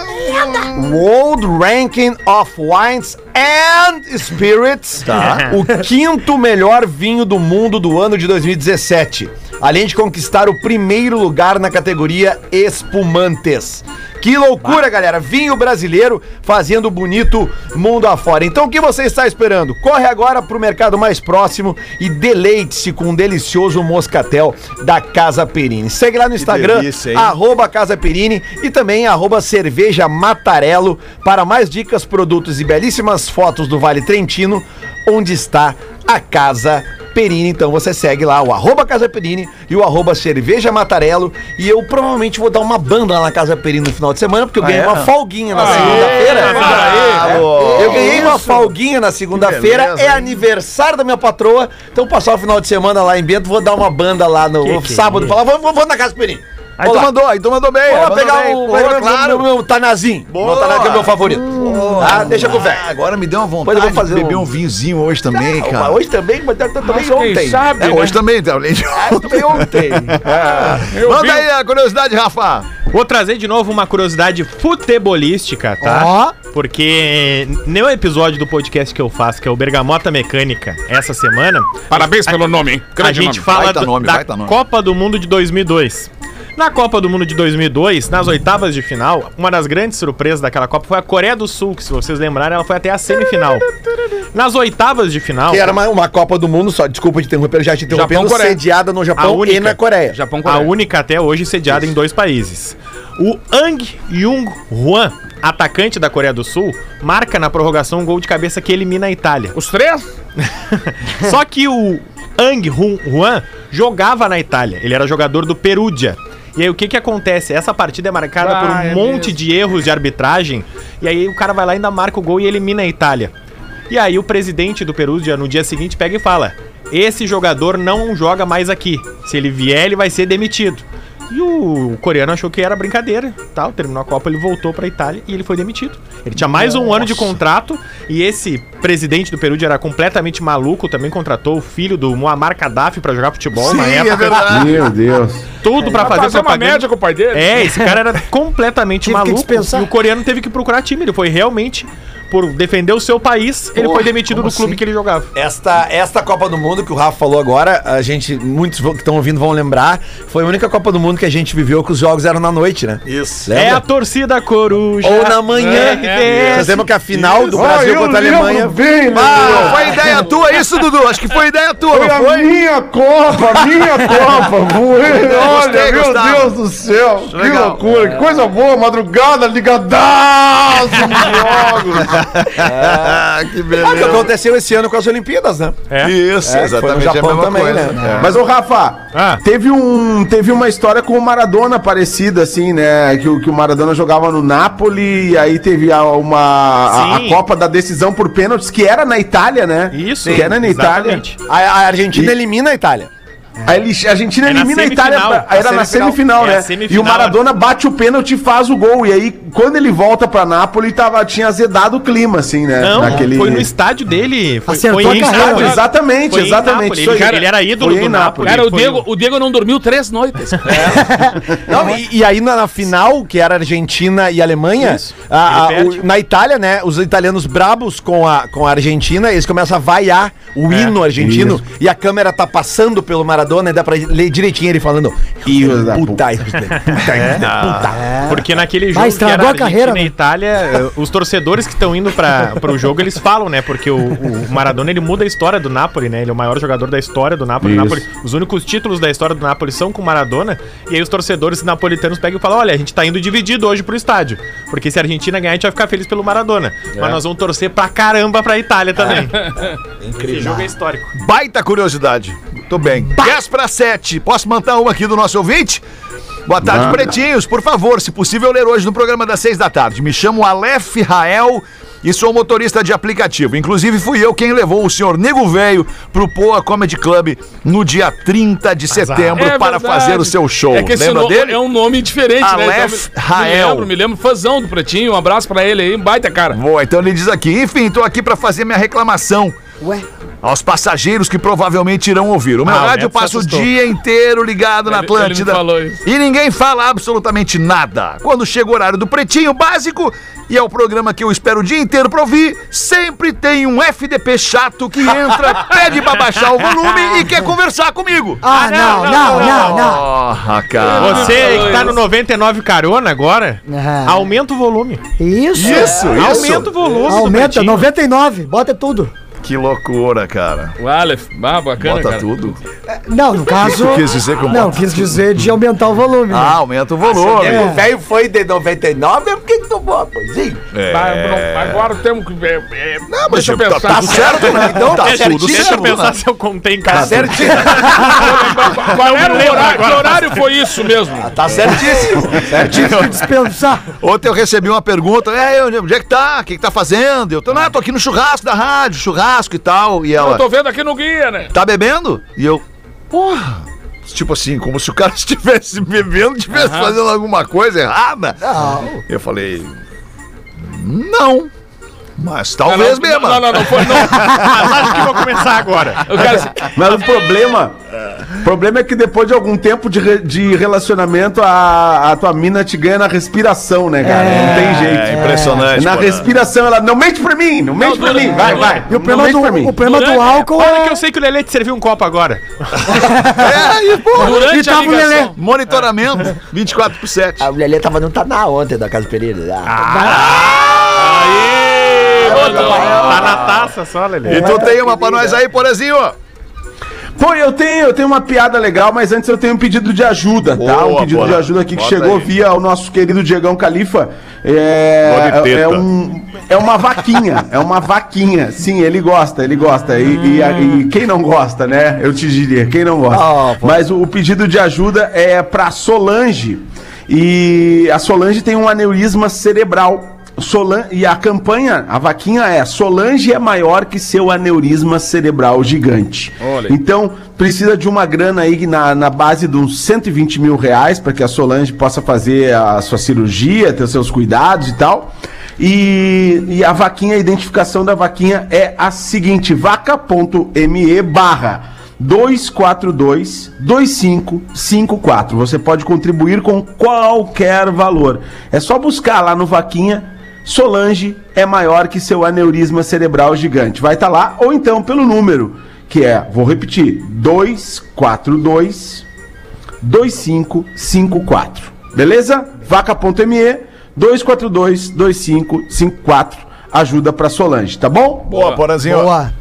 Speaker 5: World Ranking of Wines and Spirits, o quinto melhor vinho do mundo do ano de 2017, além de conquistar o primeiro lugar na categoria espumantes. Que loucura, galera! Vinho brasileiro fazendo bonito mundo afora. Então, o que você está esperando? Corre agora para o mercado mais próximo e deleite-se com um delicioso moscatel da Casa Perini. Segue lá no Instagram,
Speaker 4: delícia, hein?
Speaker 5: arroba Casa Perini e também arroba Cerveja Matarello para mais dicas, produtos e belíssimas fotos do Vale Trentino, onde está a Casa Perini. Então você segue lá o arroba Casa Perini e o arroba Cerveja Matarello e eu provavelmente vou dar uma banda lá na Casa Perini no final de semana, porque eu ganhei uma folguinha na segunda-feira. Ah, É. Eu ganhei uma folguinha na segunda-feira,
Speaker 4: beleza,
Speaker 5: é
Speaker 4: hein?
Speaker 5: aniversário da minha patroa, então passar o final de semana lá um, em Bento, vou dar uma banda lá no sábado, falar, vou, vou, vou na Casa Perini.
Speaker 4: é Aí tu mandou, aí tu mandou bem.
Speaker 5: Vamos
Speaker 4: mandou
Speaker 5: pegar
Speaker 4: bem.
Speaker 5: o,
Speaker 4: Boa,
Speaker 5: o-
Speaker 4: claro.
Speaker 5: o meu Tanazin.
Speaker 4: Boa.
Speaker 5: Meu Tanazin é o meu favorito. Ah, deixa com o
Speaker 4: Ah,
Speaker 5: velho.
Speaker 4: Agora me deu uma
Speaker 5: Pois
Speaker 4: vontade
Speaker 5: eu vou fazer
Speaker 4: de beber um...
Speaker 5: um
Speaker 4: vinhozinho hoje também,
Speaker 5: Ah,
Speaker 4: cara.
Speaker 5: Hoje também, mas eu também
Speaker 6: Mas quem
Speaker 5: ontem.
Speaker 6: sabe,
Speaker 4: É,
Speaker 6: né?
Speaker 4: hoje também, tá? além de-
Speaker 5: Eu também ontem.
Speaker 6: Eu vi-
Speaker 4: Manda aí a curiosidade, Rafa.
Speaker 7: Vou trazer de novo uma curiosidade futebolística, tá?
Speaker 8: Ó.
Speaker 7: Porque no episódio do podcast que eu faço, que é o Bergamota Mecânica, essa semana,
Speaker 6: Parabéns pelo nome, hein?
Speaker 7: a
Speaker 6: Grande
Speaker 7: gente
Speaker 6: nome.
Speaker 7: fala
Speaker 4: Baita
Speaker 7: do-
Speaker 4: nome,
Speaker 7: da
Speaker 4: baita nome.
Speaker 7: Copa do Mundo de 2002. Na Copa do Mundo de 2002, nas oitavas de final, uma das grandes surpresas daquela Copa foi a Coreia do Sul, que se vocês lembrarem, ela foi até a semifinal. Nas oitavas de final,
Speaker 5: Que era uma, uma Copa do Mundo, só desculpa te interromper, já te interrompendo,
Speaker 6: Japão, Coreia.
Speaker 5: sediada no
Speaker 7: A
Speaker 5: Japão
Speaker 7: única.
Speaker 5: e na Coreia.
Speaker 6: Japão é?
Speaker 7: a
Speaker 6: Coreia.
Speaker 7: única até hoje sediada em dois países. O Ang Jung Hwan, atacante da Coreia do Sul, marca na prorrogação um gol de cabeça que elimina a Itália.
Speaker 6: Os três?
Speaker 7: Só que o Ang Hun Juan jogava na Itália. Ele era jogador do Perugia. E aí o que que acontece? Essa partida é marcada
Speaker 6: Ah,
Speaker 7: por um
Speaker 6: é
Speaker 7: monte
Speaker 6: mesmo.
Speaker 7: de erros de arbitragem. E aí o cara vai lá ainda marca o gol e elimina a Itália. E aí o presidente do Perugia no dia seguinte pega e fala: "Esse jogador não joga mais aqui. Se ele vier, ele vai ser demitido." E o coreano achou que era brincadeira, tal. Terminou a Copa, ele voltou pra Itália e ele foi demitido. Ele tinha mais um ano de contrato e esse presidente do Peru era completamente maluco, também contratou o filho do Muammar Gaddafi pra jogar futebol na época.
Speaker 4: é verdade.
Speaker 9: Meu Deus.
Speaker 7: Tudo pra
Speaker 6: Vai
Speaker 7: fazer,
Speaker 6: Tá é uma
Speaker 7: propaganda.
Speaker 6: média com o pai dele.
Speaker 7: É, esse cara era completamente
Speaker 8: Tive que
Speaker 7: maluco.
Speaker 8: dispensar.
Speaker 7: E o coreano teve que procurar time. Ele foi realmente, por defender o seu país, ele foi demitido do clube que ele jogava.
Speaker 5: Esta, esta Copa do Mundo que o Rafa falou agora, a gente, muitos vo- que estão ouvindo vão lembrar, foi a única Copa do Mundo que a gente viveu que os jogos eram na noite, né?
Speaker 4: Isso.
Speaker 5: Lembra?
Speaker 7: É a torcida coruja.
Speaker 5: Ou na manhã. né,
Speaker 7: É,
Speaker 5: Vocês lembram que a final do
Speaker 9: Ah,
Speaker 5: Brasil
Speaker 9: eu
Speaker 5: contra a
Speaker 9: lembro
Speaker 5: Alemanha.
Speaker 9: bem,
Speaker 4: Ah, foi ideia tua isso, Dudu? Acho que foi ideia tua,
Speaker 9: Foi
Speaker 4: não
Speaker 9: a
Speaker 4: foi?
Speaker 9: minha Copa, minha Copa. Moleque, Olha,
Speaker 4: Gostei,
Speaker 9: meu
Speaker 4: Gustavo.
Speaker 9: Deus do céu. Que
Speaker 4: legal.
Speaker 9: loucura, que coisa boa. Madrugada, ligadaço de jogos.
Speaker 4: Ah, que
Speaker 5: Ah, que
Speaker 4: beleza.
Speaker 5: aconteceu esse ano com as Olimpíadas, né?
Speaker 4: Isso,
Speaker 5: É,
Speaker 4: exatamente
Speaker 5: foi no Japão
Speaker 4: a mesma
Speaker 5: também,
Speaker 4: coisa.
Speaker 5: né?
Speaker 4: É.
Speaker 9: Mas, ô Rafa,
Speaker 7: Ah.
Speaker 9: teve, um, teve uma história com o Maradona parecida, assim, né? Que, o- que o Maradona jogava no Napoli, e aí teve a, uma, a, a
Speaker 7: Sim.
Speaker 9: Copa da decisão por pênaltis, que era na Itália, né?
Speaker 7: Isso,
Speaker 9: que era na Itália.
Speaker 7: exatamente.
Speaker 5: A, a Argentina elimina a Itália.
Speaker 9: A, Eli- a Argentina
Speaker 7: É na
Speaker 9: elimina a Itália,
Speaker 7: semifinal.
Speaker 9: pra- era
Speaker 7: Na
Speaker 9: na
Speaker 7: semifinal.
Speaker 9: semifinal,
Speaker 7: É,
Speaker 9: né?
Speaker 7: a semifinal.
Speaker 9: e o Maradona bate o pênalti e faz o gol. E aí, quando ele volta pra Nápoles, tava, tinha azedado o clima, assim, né?
Speaker 7: Não,
Speaker 9: Naquele-
Speaker 7: foi no estádio dele. Foi,
Speaker 8: Acertou
Speaker 7: foi
Speaker 8: a carreira. né?
Speaker 9: Estádio,
Speaker 7: Nápoles.
Speaker 9: Exatamente,
Speaker 7: Foi em
Speaker 9: exatamente.
Speaker 7: Nápoles.
Speaker 9: isso aí.
Speaker 7: Ele, já- ele era ídolo
Speaker 9: Foi em
Speaker 7: do Napoli.
Speaker 9: Nápoles.
Speaker 6: Cara, o
Speaker 7: Foi
Speaker 6: Diego, o Diego não dormiu
Speaker 4: <laughs>
Speaker 6: três noites. É
Speaker 5: Não, e, e aí na, na final, que era Argentina e Alemanha,
Speaker 7: Isso.
Speaker 5: a- a-
Speaker 7: Ele
Speaker 5: o-
Speaker 7: perde.
Speaker 5: na Itália, né? Os italianos brabos com a, com a Argentina, eles começam a vaiar o hino argentino e a câmera tá passando pelo Maradona e dá pra ler direitinho ele falando. E
Speaker 9: Filho da
Speaker 7: <laughs>
Speaker 5: puta, isso daí, puta,
Speaker 7: É.
Speaker 5: isso daí, puta.
Speaker 7: Ah, Porque naquele jogo
Speaker 8: estragou a
Speaker 7: Argentina
Speaker 8: carreira,
Speaker 7: e
Speaker 8: né?
Speaker 7: Itália, eh, os torcedores que estão indo para o jogo, eles falam, né? Porque o, o Maradona, ele muda a história do Napoli, né? Ele é o maior jogador da história do Napoli. O
Speaker 9: Isso.
Speaker 7: Napoli- os únicos títulos da história do Napoli são com o Maradona. E aí os torcedores napolitanos pegam e falam, olha, a gente tá indo dividido hoje pro estádio. Porque se a Argentina ganhar, a gente vai ficar feliz pelo Maradona. Mas nós vamos torcer pra caramba pra Itália também. Incrível. Esse jogo é histórico.
Speaker 4: Baita curiosidade. Muito bem. 10 para 7. Posso mandar uma aqui do nosso ouvinte? Boa tarde,
Speaker 9: Manda.
Speaker 4: pretinhos. Por favor, se possível, ler hoje no programa das 6 da tarde. Me chamo Aleph Rael e sou motorista de aplicativo. Inclusive, fui eu quem levou o senhor Nego Veio pro Poa Comedy Club no dia 30 de setembro
Speaker 6: É
Speaker 4: para
Speaker 6: verdade.
Speaker 4: fazer o seu show.
Speaker 6: É que esse
Speaker 4: Lembra
Speaker 6: no-
Speaker 4: dele?
Speaker 6: é um nome diferente,
Speaker 4: Aleph
Speaker 6: né? Então, me-
Speaker 4: Rael.
Speaker 6: Me lembro, me lembro. Fãzão do Pretinho. Um abraço pra ele aí. Baita, cara.
Speaker 4: Boa, então ele diz aqui: enfim, tô aqui para fazer minha reclamação.
Speaker 8: Ué.
Speaker 4: Aos passageiros que provavelmente irão ouvir. O meu
Speaker 7: Ah, o
Speaker 4: rádio
Speaker 7: Neto
Speaker 4: passa o
Speaker 7: se assustou.
Speaker 4: dia inteiro ligado na
Speaker 6: Ele- ele me
Speaker 4: Atlântida.
Speaker 6: falou isso.
Speaker 4: E ninguém fala absolutamente nada. Quando chega o horário do pretinho básico, e é o programa que eu espero o dia inteiro pra ouvir, sempre tem um FDP chato que
Speaker 7: <laughs>
Speaker 4: entra, pede pra baixar o volume e quer conversar comigo.
Speaker 8: Ah, não, não, não, não.
Speaker 4: Porra, cara.
Speaker 7: Você
Speaker 6: falou
Speaker 7: que tá no
Speaker 6: isso.
Speaker 7: 99 carona agora,
Speaker 8: Ah.
Speaker 7: aumenta o volume.
Speaker 8: É. Isso.
Speaker 4: Isso, isso.
Speaker 7: Aumenta o volume do
Speaker 8: Aumenta,
Speaker 7: Pretinho.
Speaker 8: 99, bota tudo.
Speaker 4: Que loucura, cara.
Speaker 6: O Aleph. Ah, bacana,
Speaker 4: Bota
Speaker 6: cara.
Speaker 4: tudo.
Speaker 8: Não, no caso.
Speaker 4: tu quis dizer com
Speaker 8: Não, quis dizer de aumentar o volume. né?
Speaker 4: Ah, aumenta o volume.
Speaker 8: É.
Speaker 5: O velho foi de 99, por que que tu bota? Sim.
Speaker 4: É.
Speaker 6: Bah, não- Agora temos que ver. é, deixa eu
Speaker 4: tá-
Speaker 6: pensar.
Speaker 4: tá
Speaker 7: <laughs>
Speaker 4: certo, né? Então tá
Speaker 7: Deixa,
Speaker 4: tudo
Speaker 7: deixa eu
Speaker 4: certo.
Speaker 7: pensar se eu contei em casa.
Speaker 6: Qual era o
Speaker 7: lembro
Speaker 6: horário?
Speaker 7: agora.
Speaker 6: Que horário foi isso mesmo?
Speaker 4: Ah,
Speaker 5: Tá certíssimo.
Speaker 8: Dispensar.
Speaker 4: Ontem eu recebi uma pergunta, é, onde onde é que tá? O que, que tá fazendo? Eu tô, não, tô aqui no churrasco da rádio, churrasco e tal. E
Speaker 6: Eu
Speaker 4: ela,
Speaker 6: tô vendo aqui no guia, né?
Speaker 4: tá bebendo? E eu, porra, Tipo assim, como se o cara <laughs> estivesse bebendo, estivesse fazendo alguma coisa errada.
Speaker 8: Não.
Speaker 4: Eu falei. Não. Mas talvez
Speaker 6: não,
Speaker 4: mesmo.
Speaker 6: Não, não,
Speaker 4: <laughs>
Speaker 6: não foi, não.
Speaker 7: Mas acho que vou começar agora.
Speaker 6: Eu quero assim,
Speaker 9: Mas o problema. O problema é que depois de algum tempo de, re- de relacionamento, a, a tua mina te ganha na respiração, né, cara? não tem jeito.
Speaker 4: É impressionante.
Speaker 9: na
Speaker 4: pô, né?
Speaker 9: respiração, ela. Não mente pra mim! Não mente pra
Speaker 6: dura-
Speaker 9: mim! Vai,
Speaker 6: dura-
Speaker 9: vai!
Speaker 8: E o
Speaker 9: não
Speaker 8: problema
Speaker 9: mente pra
Speaker 8: do,
Speaker 9: mim!
Speaker 8: o problema do
Speaker 6: Durante-
Speaker 8: álcool
Speaker 7: Olha que
Speaker 8: é...
Speaker 7: eu sei que o Lelê te serviu um copo agora.
Speaker 4: É, e, pô,
Speaker 6: Durante
Speaker 4: e tava
Speaker 6: a
Speaker 4: o Lelê.
Speaker 6: ligação. É.
Speaker 4: Monitoramento 24 por 7.
Speaker 10: A Lelê tava no Taná ontem, da Casa Pereira. Ah,
Speaker 7: Tá na taça
Speaker 4: <laughs>
Speaker 7: só, Lelê.
Speaker 4: E tu tem uma pra nós aí, Porazinho?
Speaker 9: Pô, eu tenho, eu tenho uma piada legal, mas antes eu tenho um pedido de ajuda, tá? Um
Speaker 4: Boa,
Speaker 9: pedido
Speaker 4: Bora.
Speaker 9: de ajuda aqui que
Speaker 4: Bota
Speaker 9: chegou
Speaker 4: aí.
Speaker 9: via o nosso querido Diegão Califa. É,
Speaker 4: Nome teta.
Speaker 9: é, um, é uma vaquinha, é uma vaquinha. Sim, ele gosta, ele gosta. E, e a- e quem não gosta, né? Eu te diria, quem não gosta.
Speaker 10: Ah, pô.
Speaker 9: mas o, o pedido de ajuda é pra Solange. E a Solange tem um aneurisma cerebral. Solan e a campanha, a vaquinha é Solange é maior que seu aneurisma cerebral gigante.
Speaker 6: Olha aí.
Speaker 9: Então, precisa de uma grana aí na, na base de uns 120 mil reais para que a Solange possa fazer a sua cirurgia, ter os seus cuidados e tal. E, e a vaquinha, a identificação da vaquinha é a seguinte: vaca.me barra 242 2554. Você pode contribuir com qualquer valor. É só buscar lá no Vaquinha. Solange é maior que seu aneurisma cerebral gigante. Vai estar lá, ou então pelo número que é, vou repetir, 242 2554. Beleza? Vaca.me 242 2554. Ajuda pra Solange, tá bom?
Speaker 4: Boa, Porazinho.
Speaker 8: Boa.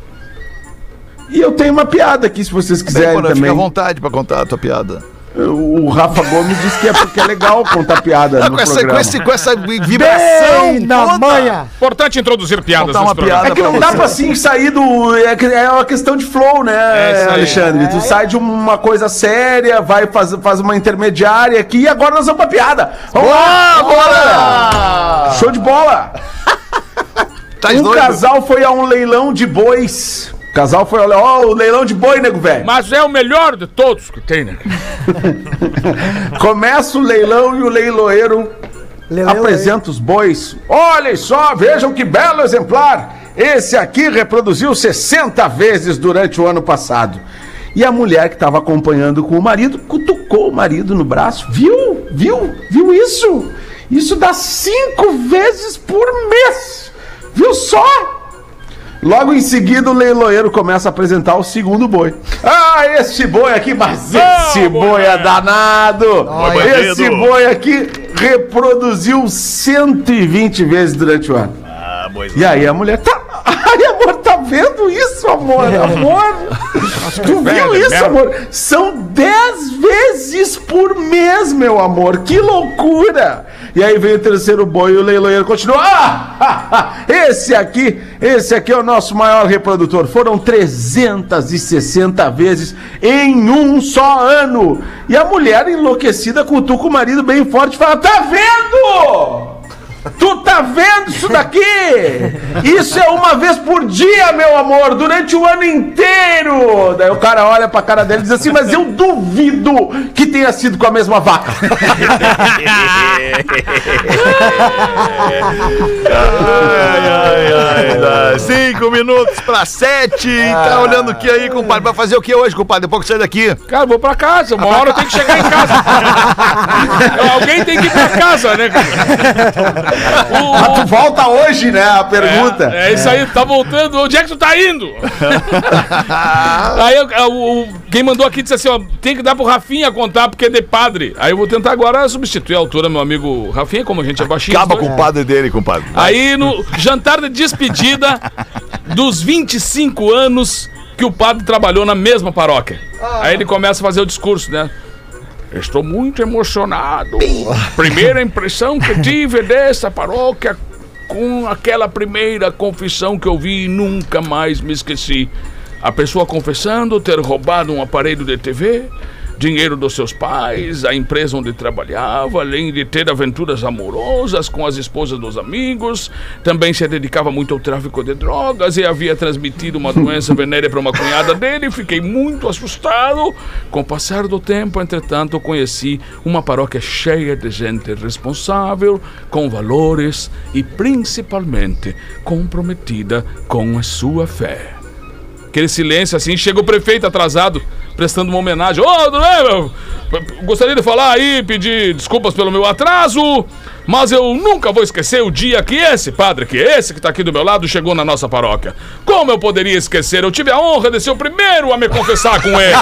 Speaker 9: E eu tenho uma piada aqui, se vocês
Speaker 4: Tá Bem,
Speaker 9: quiserem
Speaker 4: Porã, fica à
Speaker 9: também.
Speaker 4: vontade pra contar a tua piada.
Speaker 9: O Rafa Gomes disse que é porque é legal contar piada
Speaker 4: Ah,
Speaker 9: no
Speaker 4: com, essa, com,
Speaker 9: programa.
Speaker 4: esse, com essa vi- vibração
Speaker 8: Bem na
Speaker 4: toda.
Speaker 8: manha.
Speaker 6: Importante introduzir piadas
Speaker 4: Contar uma
Speaker 6: nesse programa.
Speaker 4: piada.
Speaker 9: É que não dá pra assim sair do. É, que- é uma questão de flow, né,
Speaker 6: É isso aí.
Speaker 9: Alexandre? Tu sai de uma coisa séria, vai faz, faz uma intermediária aqui e agora nós vamos pra piada. Vamos lá, bora! Show de bola!
Speaker 4: Tá
Speaker 9: um
Speaker 4: doido?
Speaker 9: casal foi a um leilão de bois. O casal foi olha, ó, o leilão de boi, nego velho.
Speaker 6: Mas é o melhor de todos que tem, né?
Speaker 9: Começa o leilão e o leiloeiro
Speaker 8: Leleu,
Speaker 9: apresenta os bois. Olhem só, vejam que belo exemplar! Esse aqui reproduziu 60 vezes durante o ano passado. E a mulher que estava acompanhando com o marido cutucou o marido no braço. Viu? Viu? Viu isso? Isso dá cinco vezes por mês! Viu só? Logo em seguida, o leiloeiro começa a apresentar o segundo boi. Ah, esse boi aqui, mas esse boi é danado! esse boi aqui reproduziu 120 vezes durante o ano. E aí a mulher, tá. <laughs> Ai, amor, tá vendo isso, amor? Amor! tu viu isso, amor? São 10 vezes por mês, meu amor! Que loucura! E aí veio o terceiro boi e o leiloeiro continuou. Ah! Esse aqui, esse aqui é o nosso maior reprodutor. Foram 360 vezes em um só ano. E a mulher enlouquecida cutuca o marido bem forte e fala: Tá vendo? Tu tá vendo isso daqui? Isso é uma vez por dia, meu amor, durante o ano inteiro. Daí o cara olha pra cara dele e diz assim: Mas eu duvido que tenha sido com a mesma vaca.
Speaker 4: Ai, ai, <laughs> ai, ai. Cinco minutos pra sete. Tá olhando o que aí, compadre? Vai fazer o que hoje, compadre? Depois que sair daqui.
Speaker 6: Cara, eu vou pra casa. Uma hora eu tenho que chegar
Speaker 4: <laughs>
Speaker 6: em casa. Alguém tem que ir pra casa,
Speaker 4: <laughs>
Speaker 6: né? cara? O-
Speaker 9: Ah, tu volta hoje, né? A pergunta.
Speaker 6: É, é isso aí, tá voltando. Onde é que tu
Speaker 4: <laughs>
Speaker 6: tá indo? aí eu- o, o- quem mandou aqui disse assim: ó, tem que dar pro Rafinha contar porque é de padre. Aí eu vou tentar agora substituir a altura, meu amigo Rafinha, como a gente é baixinho.
Speaker 4: Acaba
Speaker 6: os dois.
Speaker 4: com o padre dele, compadre.
Speaker 6: Aí no jantar de despedida dos 25 anos que o padre trabalhou na mesma paróquia. Aí ele começa a fazer o discurso, né? Estou muito emocionado. Primeira impressão que tive dessa paróquia com aquela primeira confissão que eu vi e nunca mais me esqueci. A pessoa confessando ter roubado um aparelho de TV, dinheiro dos seus pais, a empresa onde trabalhava, além de ter aventuras amorosas com as esposas dos amigos. Também se dedicava muito ao tráfico de drogas e havia transmitido uma doença venérea para uma cunhada dele. Fiquei muito assustado. Com o passar do tempo, entretanto, conheci uma paróquia cheia de gente responsável, com valores e principalmente comprometida com a sua fé. Aquele silêncio assim, chega o prefeito atrasado, prestando uma homenagem. Ô, oh, meu, gostaria de falar aí, pedir desculpas pelo meu atraso, mas eu nunca vou esquecer o dia que esse padre, que esse que tá aqui do meu lado, chegou na nossa paróquia. Como eu poderia esquecer? Eu tive a honra de ser o primeiro a me confessar com ele.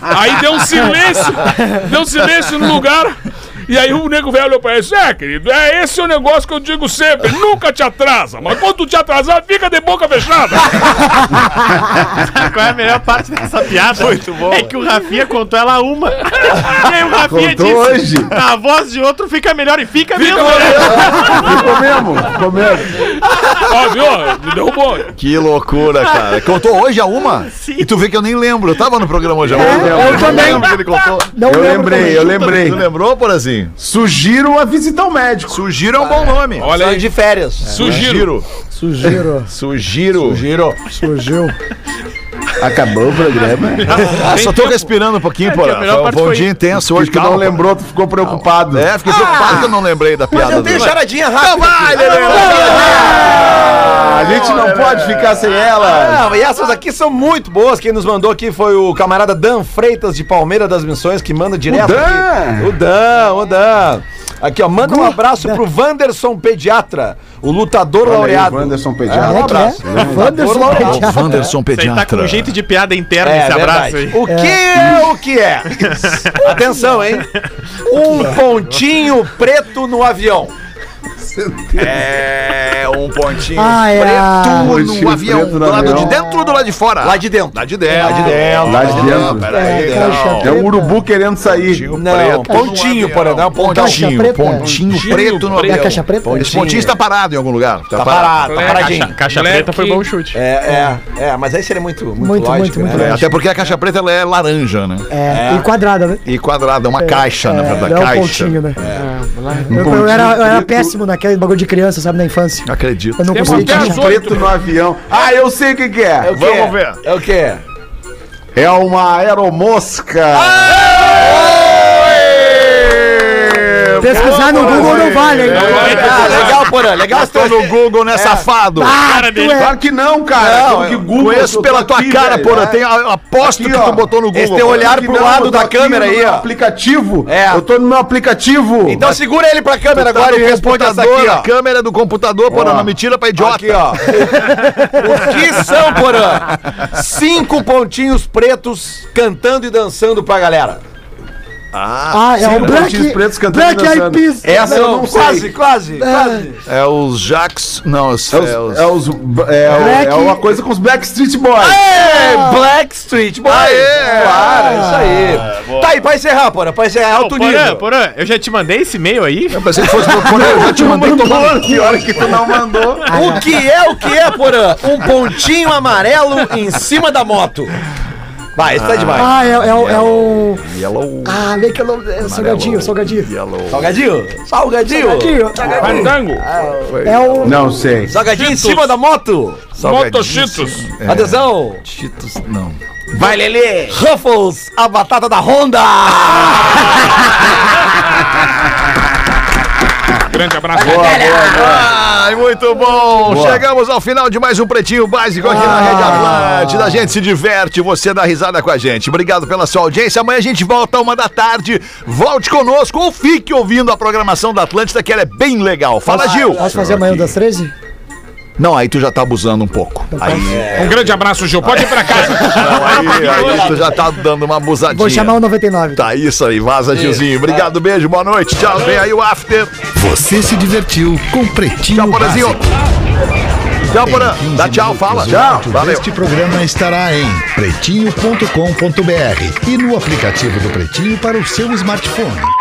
Speaker 6: aí deu um silêncio, deu um silêncio no lugar. E aí o nego velho olhou pra ele e disse, é, querido, é esse o negócio que eu digo sempre, nunca te atrasa, mas quando tu te atrasar, fica de boca fechada.
Speaker 7: Qual é a melhor parte dessa piada? Muito bom. É que o Rafinha contou ela uma. E aí o Rafinha
Speaker 9: Contou
Speaker 7: disse:
Speaker 9: hoje.
Speaker 7: na voz de outro fica melhor e fica, mesmo.
Speaker 9: Ficou mesmo, ficou mesmo.
Speaker 6: Ó, viu? Me derrubou.
Speaker 4: Que loucura, cara. <laughs> Contou hoje a uma? E tu vê que eu nem lembro. Eu tava no programa hoje a uma.
Speaker 8: É, eu
Speaker 4: lembro.
Speaker 8: também.
Speaker 4: lembro que ele contou.
Speaker 8: Não lembro
Speaker 9: Eu
Speaker 8: também.
Speaker 9: lembrei, eu lembrei.
Speaker 4: Tu lembrou, Porazinho?
Speaker 9: Sugiro a visitar o médico.
Speaker 4: Sugiro é um bom nome.
Speaker 6: Olha aí,
Speaker 5: de
Speaker 6: É.
Speaker 5: férias.
Speaker 6: sugiro.
Speaker 4: Sugiro.
Speaker 8: Sugiro.
Speaker 4: Sugiro.
Speaker 5: Giro.
Speaker 8: Surgiu.
Speaker 9: Acabou o programa.
Speaker 5: <laughs>
Speaker 4: Ah, só tô respirando um pouquinho, Porã.
Speaker 7: melhor
Speaker 4: Foi um
Speaker 7: parte
Speaker 4: bom
Speaker 7: foi-
Speaker 4: dia intenso hoje.
Speaker 9: Hoje que não
Speaker 4: calma.
Speaker 9: lembrou, tu ficou preocupado.
Speaker 4: É, fiquei preocupado que eu não lembrei da piada.
Speaker 5: Ah. Eu tenho
Speaker 4: do-
Speaker 5: charadinha
Speaker 4: Então
Speaker 5: rápida.
Speaker 4: vai, Lelê.
Speaker 9: A gente não pode ficar sem ela.
Speaker 5: Ah, e essas aqui são muito boas. Quem nos mandou aqui foi o camarada Dan Freitas de Palmeira das Missões, que manda direto
Speaker 9: O Dan.
Speaker 5: aqui. O Dan, o Ah, Dan. Aqui, ó, manda um abraço pro Wanderson Pediatra, o lutador
Speaker 9: Olha aí,
Speaker 5: laureado.
Speaker 9: Wanderson Pediatra.
Speaker 8: é que é? Wanderson
Speaker 5: Olá, olá.
Speaker 8: <laughs> Penteado.
Speaker 4: Wanderson
Speaker 7: Você tá com
Speaker 4: Pediatra.
Speaker 7: jeito de piada interna
Speaker 5: É,
Speaker 7: esse abraço
Speaker 5: verdade.
Speaker 7: aí.
Speaker 5: O que é o que
Speaker 4: <laughs>
Speaker 5: é? Atenção, hein? Um pontinho preto no avião.
Speaker 4: <laughs> É, um pontinho
Speaker 8: Ah, é.
Speaker 4: preto no
Speaker 9: Pontinho
Speaker 4: avião.
Speaker 9: preto no
Speaker 4: do lado
Speaker 9: avião.
Speaker 4: de dentro ou do lado de fora?
Speaker 5: Lá de dentro.
Speaker 4: Lá de dentro. Lá de
Speaker 9: dentro. Lá de dentro.
Speaker 4: Peraí,
Speaker 8: É,
Speaker 4: não.
Speaker 8: caixa
Speaker 9: É um urubu querendo sair.
Speaker 4: Pontinho
Speaker 5: Não,
Speaker 4: preto.
Speaker 5: pontinho, porém, não, pontão.
Speaker 4: Pontinho,
Speaker 8: Caixa preta.
Speaker 4: pontinho preto no
Speaker 6: É a
Speaker 4: avião.
Speaker 8: caixa preta?
Speaker 4: Esse pontinho está parado em algum lugar.
Speaker 5: Tá parado, tá
Speaker 6: Black.
Speaker 5: paradinho.
Speaker 7: Caixa
Speaker 6: Black.
Speaker 7: preta foi bom chute.
Speaker 5: É, é, é, mas aí seria muito, muito,
Speaker 8: Muito, muito,
Speaker 5: lógico,
Speaker 8: muito
Speaker 5: né?
Speaker 4: É, até porque a caixa preta ela é laranja, né?
Speaker 8: É, e quadrada, né?
Speaker 4: E quadrada, é uma caixa, na verdade.
Speaker 8: não é um
Speaker 4: caixa.
Speaker 8: pontinho, né? Eu, eu era, eu era péssimo naquele bagulho de criança, sabe, na infância.
Speaker 4: Acredito.
Speaker 8: Eu não
Speaker 6: Tem
Speaker 8: conseguia
Speaker 6: uma
Speaker 8: encaixar.
Speaker 6: piada?
Speaker 9: Preto no avião. Ah, eu sei o que, que
Speaker 5: É o
Speaker 9: é.
Speaker 5: quê?
Speaker 4: Vamos ver.
Speaker 5: É o quê?
Speaker 9: É uma aeromosca.
Speaker 8: Pesquisar no Google não vale, hein?
Speaker 4: É.
Speaker 5: Ah, legal, Porã, legal.
Speaker 4: Gastou no Google, né, safado?
Speaker 7: Cara dele.
Speaker 9: Claro que não, cara.
Speaker 5: Não,
Speaker 9: Aquilo
Speaker 5: eu
Speaker 9: que Google
Speaker 4: Conheço
Speaker 9: soltou
Speaker 4: pela tua
Speaker 9: aqui,
Speaker 4: cara,
Speaker 9: velho. É.
Speaker 4: porra. Tem, eu aposto
Speaker 9: Aqui,
Speaker 4: que tu
Speaker 9: ó.
Speaker 4: botou no Google.
Speaker 5: Esse teu
Speaker 4: porra.
Speaker 5: olhar pro
Speaker 9: Não,
Speaker 5: lado
Speaker 9: eu tô
Speaker 5: da
Speaker 9: aqui
Speaker 5: câmera
Speaker 9: no
Speaker 5: aí,
Speaker 9: meu
Speaker 5: ó.
Speaker 9: aplicativo.
Speaker 5: É.
Speaker 9: Eu tô no meu aplicativo.
Speaker 5: Então segura ele pra câmera
Speaker 4: Tá no
Speaker 5: agora e responde essa aqui,
Speaker 4: computador,
Speaker 5: ó.
Speaker 4: A câmera do computador, porra, não me tira pra idiota.
Speaker 5: Aqui, ó. O que são, Porã? Cinco pontinhos pretos cantando e dançando pra galera.
Speaker 8: Ah, é o
Speaker 9: pontinhos
Speaker 8: Black,
Speaker 9: pretos cantando
Speaker 8: Black
Speaker 9: e
Speaker 8: Eyed
Speaker 9: dançando.
Speaker 8: Peas.
Speaker 9: Essa eu não sei.
Speaker 5: quase, quase, quase.
Speaker 4: É os Jax. Não, os.
Speaker 9: É, os, é, os, é, o-
Speaker 8: Black-
Speaker 9: é uma coisa com os Backstreet Boys.
Speaker 5: É, Black Street Boys.
Speaker 4: Aê!
Speaker 5: Claro, isso aí. tá aí, pra encerrar, Porã, pra encerrar, alto
Speaker 7: Ô, Porã,
Speaker 5: nível.
Speaker 7: Porã, eu já te mandei esse e-mail aí?
Speaker 4: Eu pensei que
Speaker 9: <laughs>
Speaker 4: fosse meu porra, eu já te mandei tomar. no cu.
Speaker 9: Que hora que tu não mandou.
Speaker 5: O que é o que é, Porã? Um pontinho amarelo em cima da moto. Vai, isso tá demais.
Speaker 8: Ah, é, é, o- é o.
Speaker 4: Yellow.
Speaker 8: Ah, vem que eu não. É o salgadinho, salgadinho.
Speaker 4: Yellow.
Speaker 5: Salgadinho? Salgadinho?
Speaker 8: Salgadinho.
Speaker 6: Fandango.
Speaker 8: É o.
Speaker 9: Não sei.
Speaker 5: Salgadinho em
Speaker 6: Cheetos.
Speaker 5: cima da moto?
Speaker 6: Motocitos.
Speaker 5: Adesão.
Speaker 4: Cheetos, não.
Speaker 5: Vai, Lelê. Ruffles, a batata da Honda. <laughs>
Speaker 6: Grande abraço.
Speaker 4: Ai, muito bom! Chegamos ao final de mais um Pretinho Básico aqui na Rede
Speaker 5: Ah.
Speaker 4: Atlântida. A gente se diverte, você dá risada com a gente. Obrigado pela sua audiência. Amanhã a gente volta uma da tarde. Volte conosco ou fique ouvindo a programação da Atlântida, que ela é bem legal. Fala, Gil!
Speaker 8: Posso fazer amanhã das 13?
Speaker 4: Não, aí tu já tá abusando um pouco. Aí,
Speaker 6: Um grande abraço, Gil. Pode ir pra casa.
Speaker 4: não, aí, aí tu já tá dando uma abusadinha.
Speaker 8: Vou chamar o 99.
Speaker 4: Tá isso aí, vaza, Gilzinho. Obrigado, beijo, boa noite. Tchau, vem aí o after.
Speaker 2: Você se divertiu com Pretinho
Speaker 4: Tchau, Porazinho.
Speaker 2: Básico.
Speaker 4: Tchau, Porã.
Speaker 2: Em 15
Speaker 4: Dá tchau,
Speaker 2: minutos,
Speaker 4: fala.
Speaker 2: o
Speaker 4: Tchau.
Speaker 2: ato
Speaker 4: Valeu.
Speaker 2: Este programa estará em pretinho.com.br e no aplicativo do Pretinho para o seu smartphone.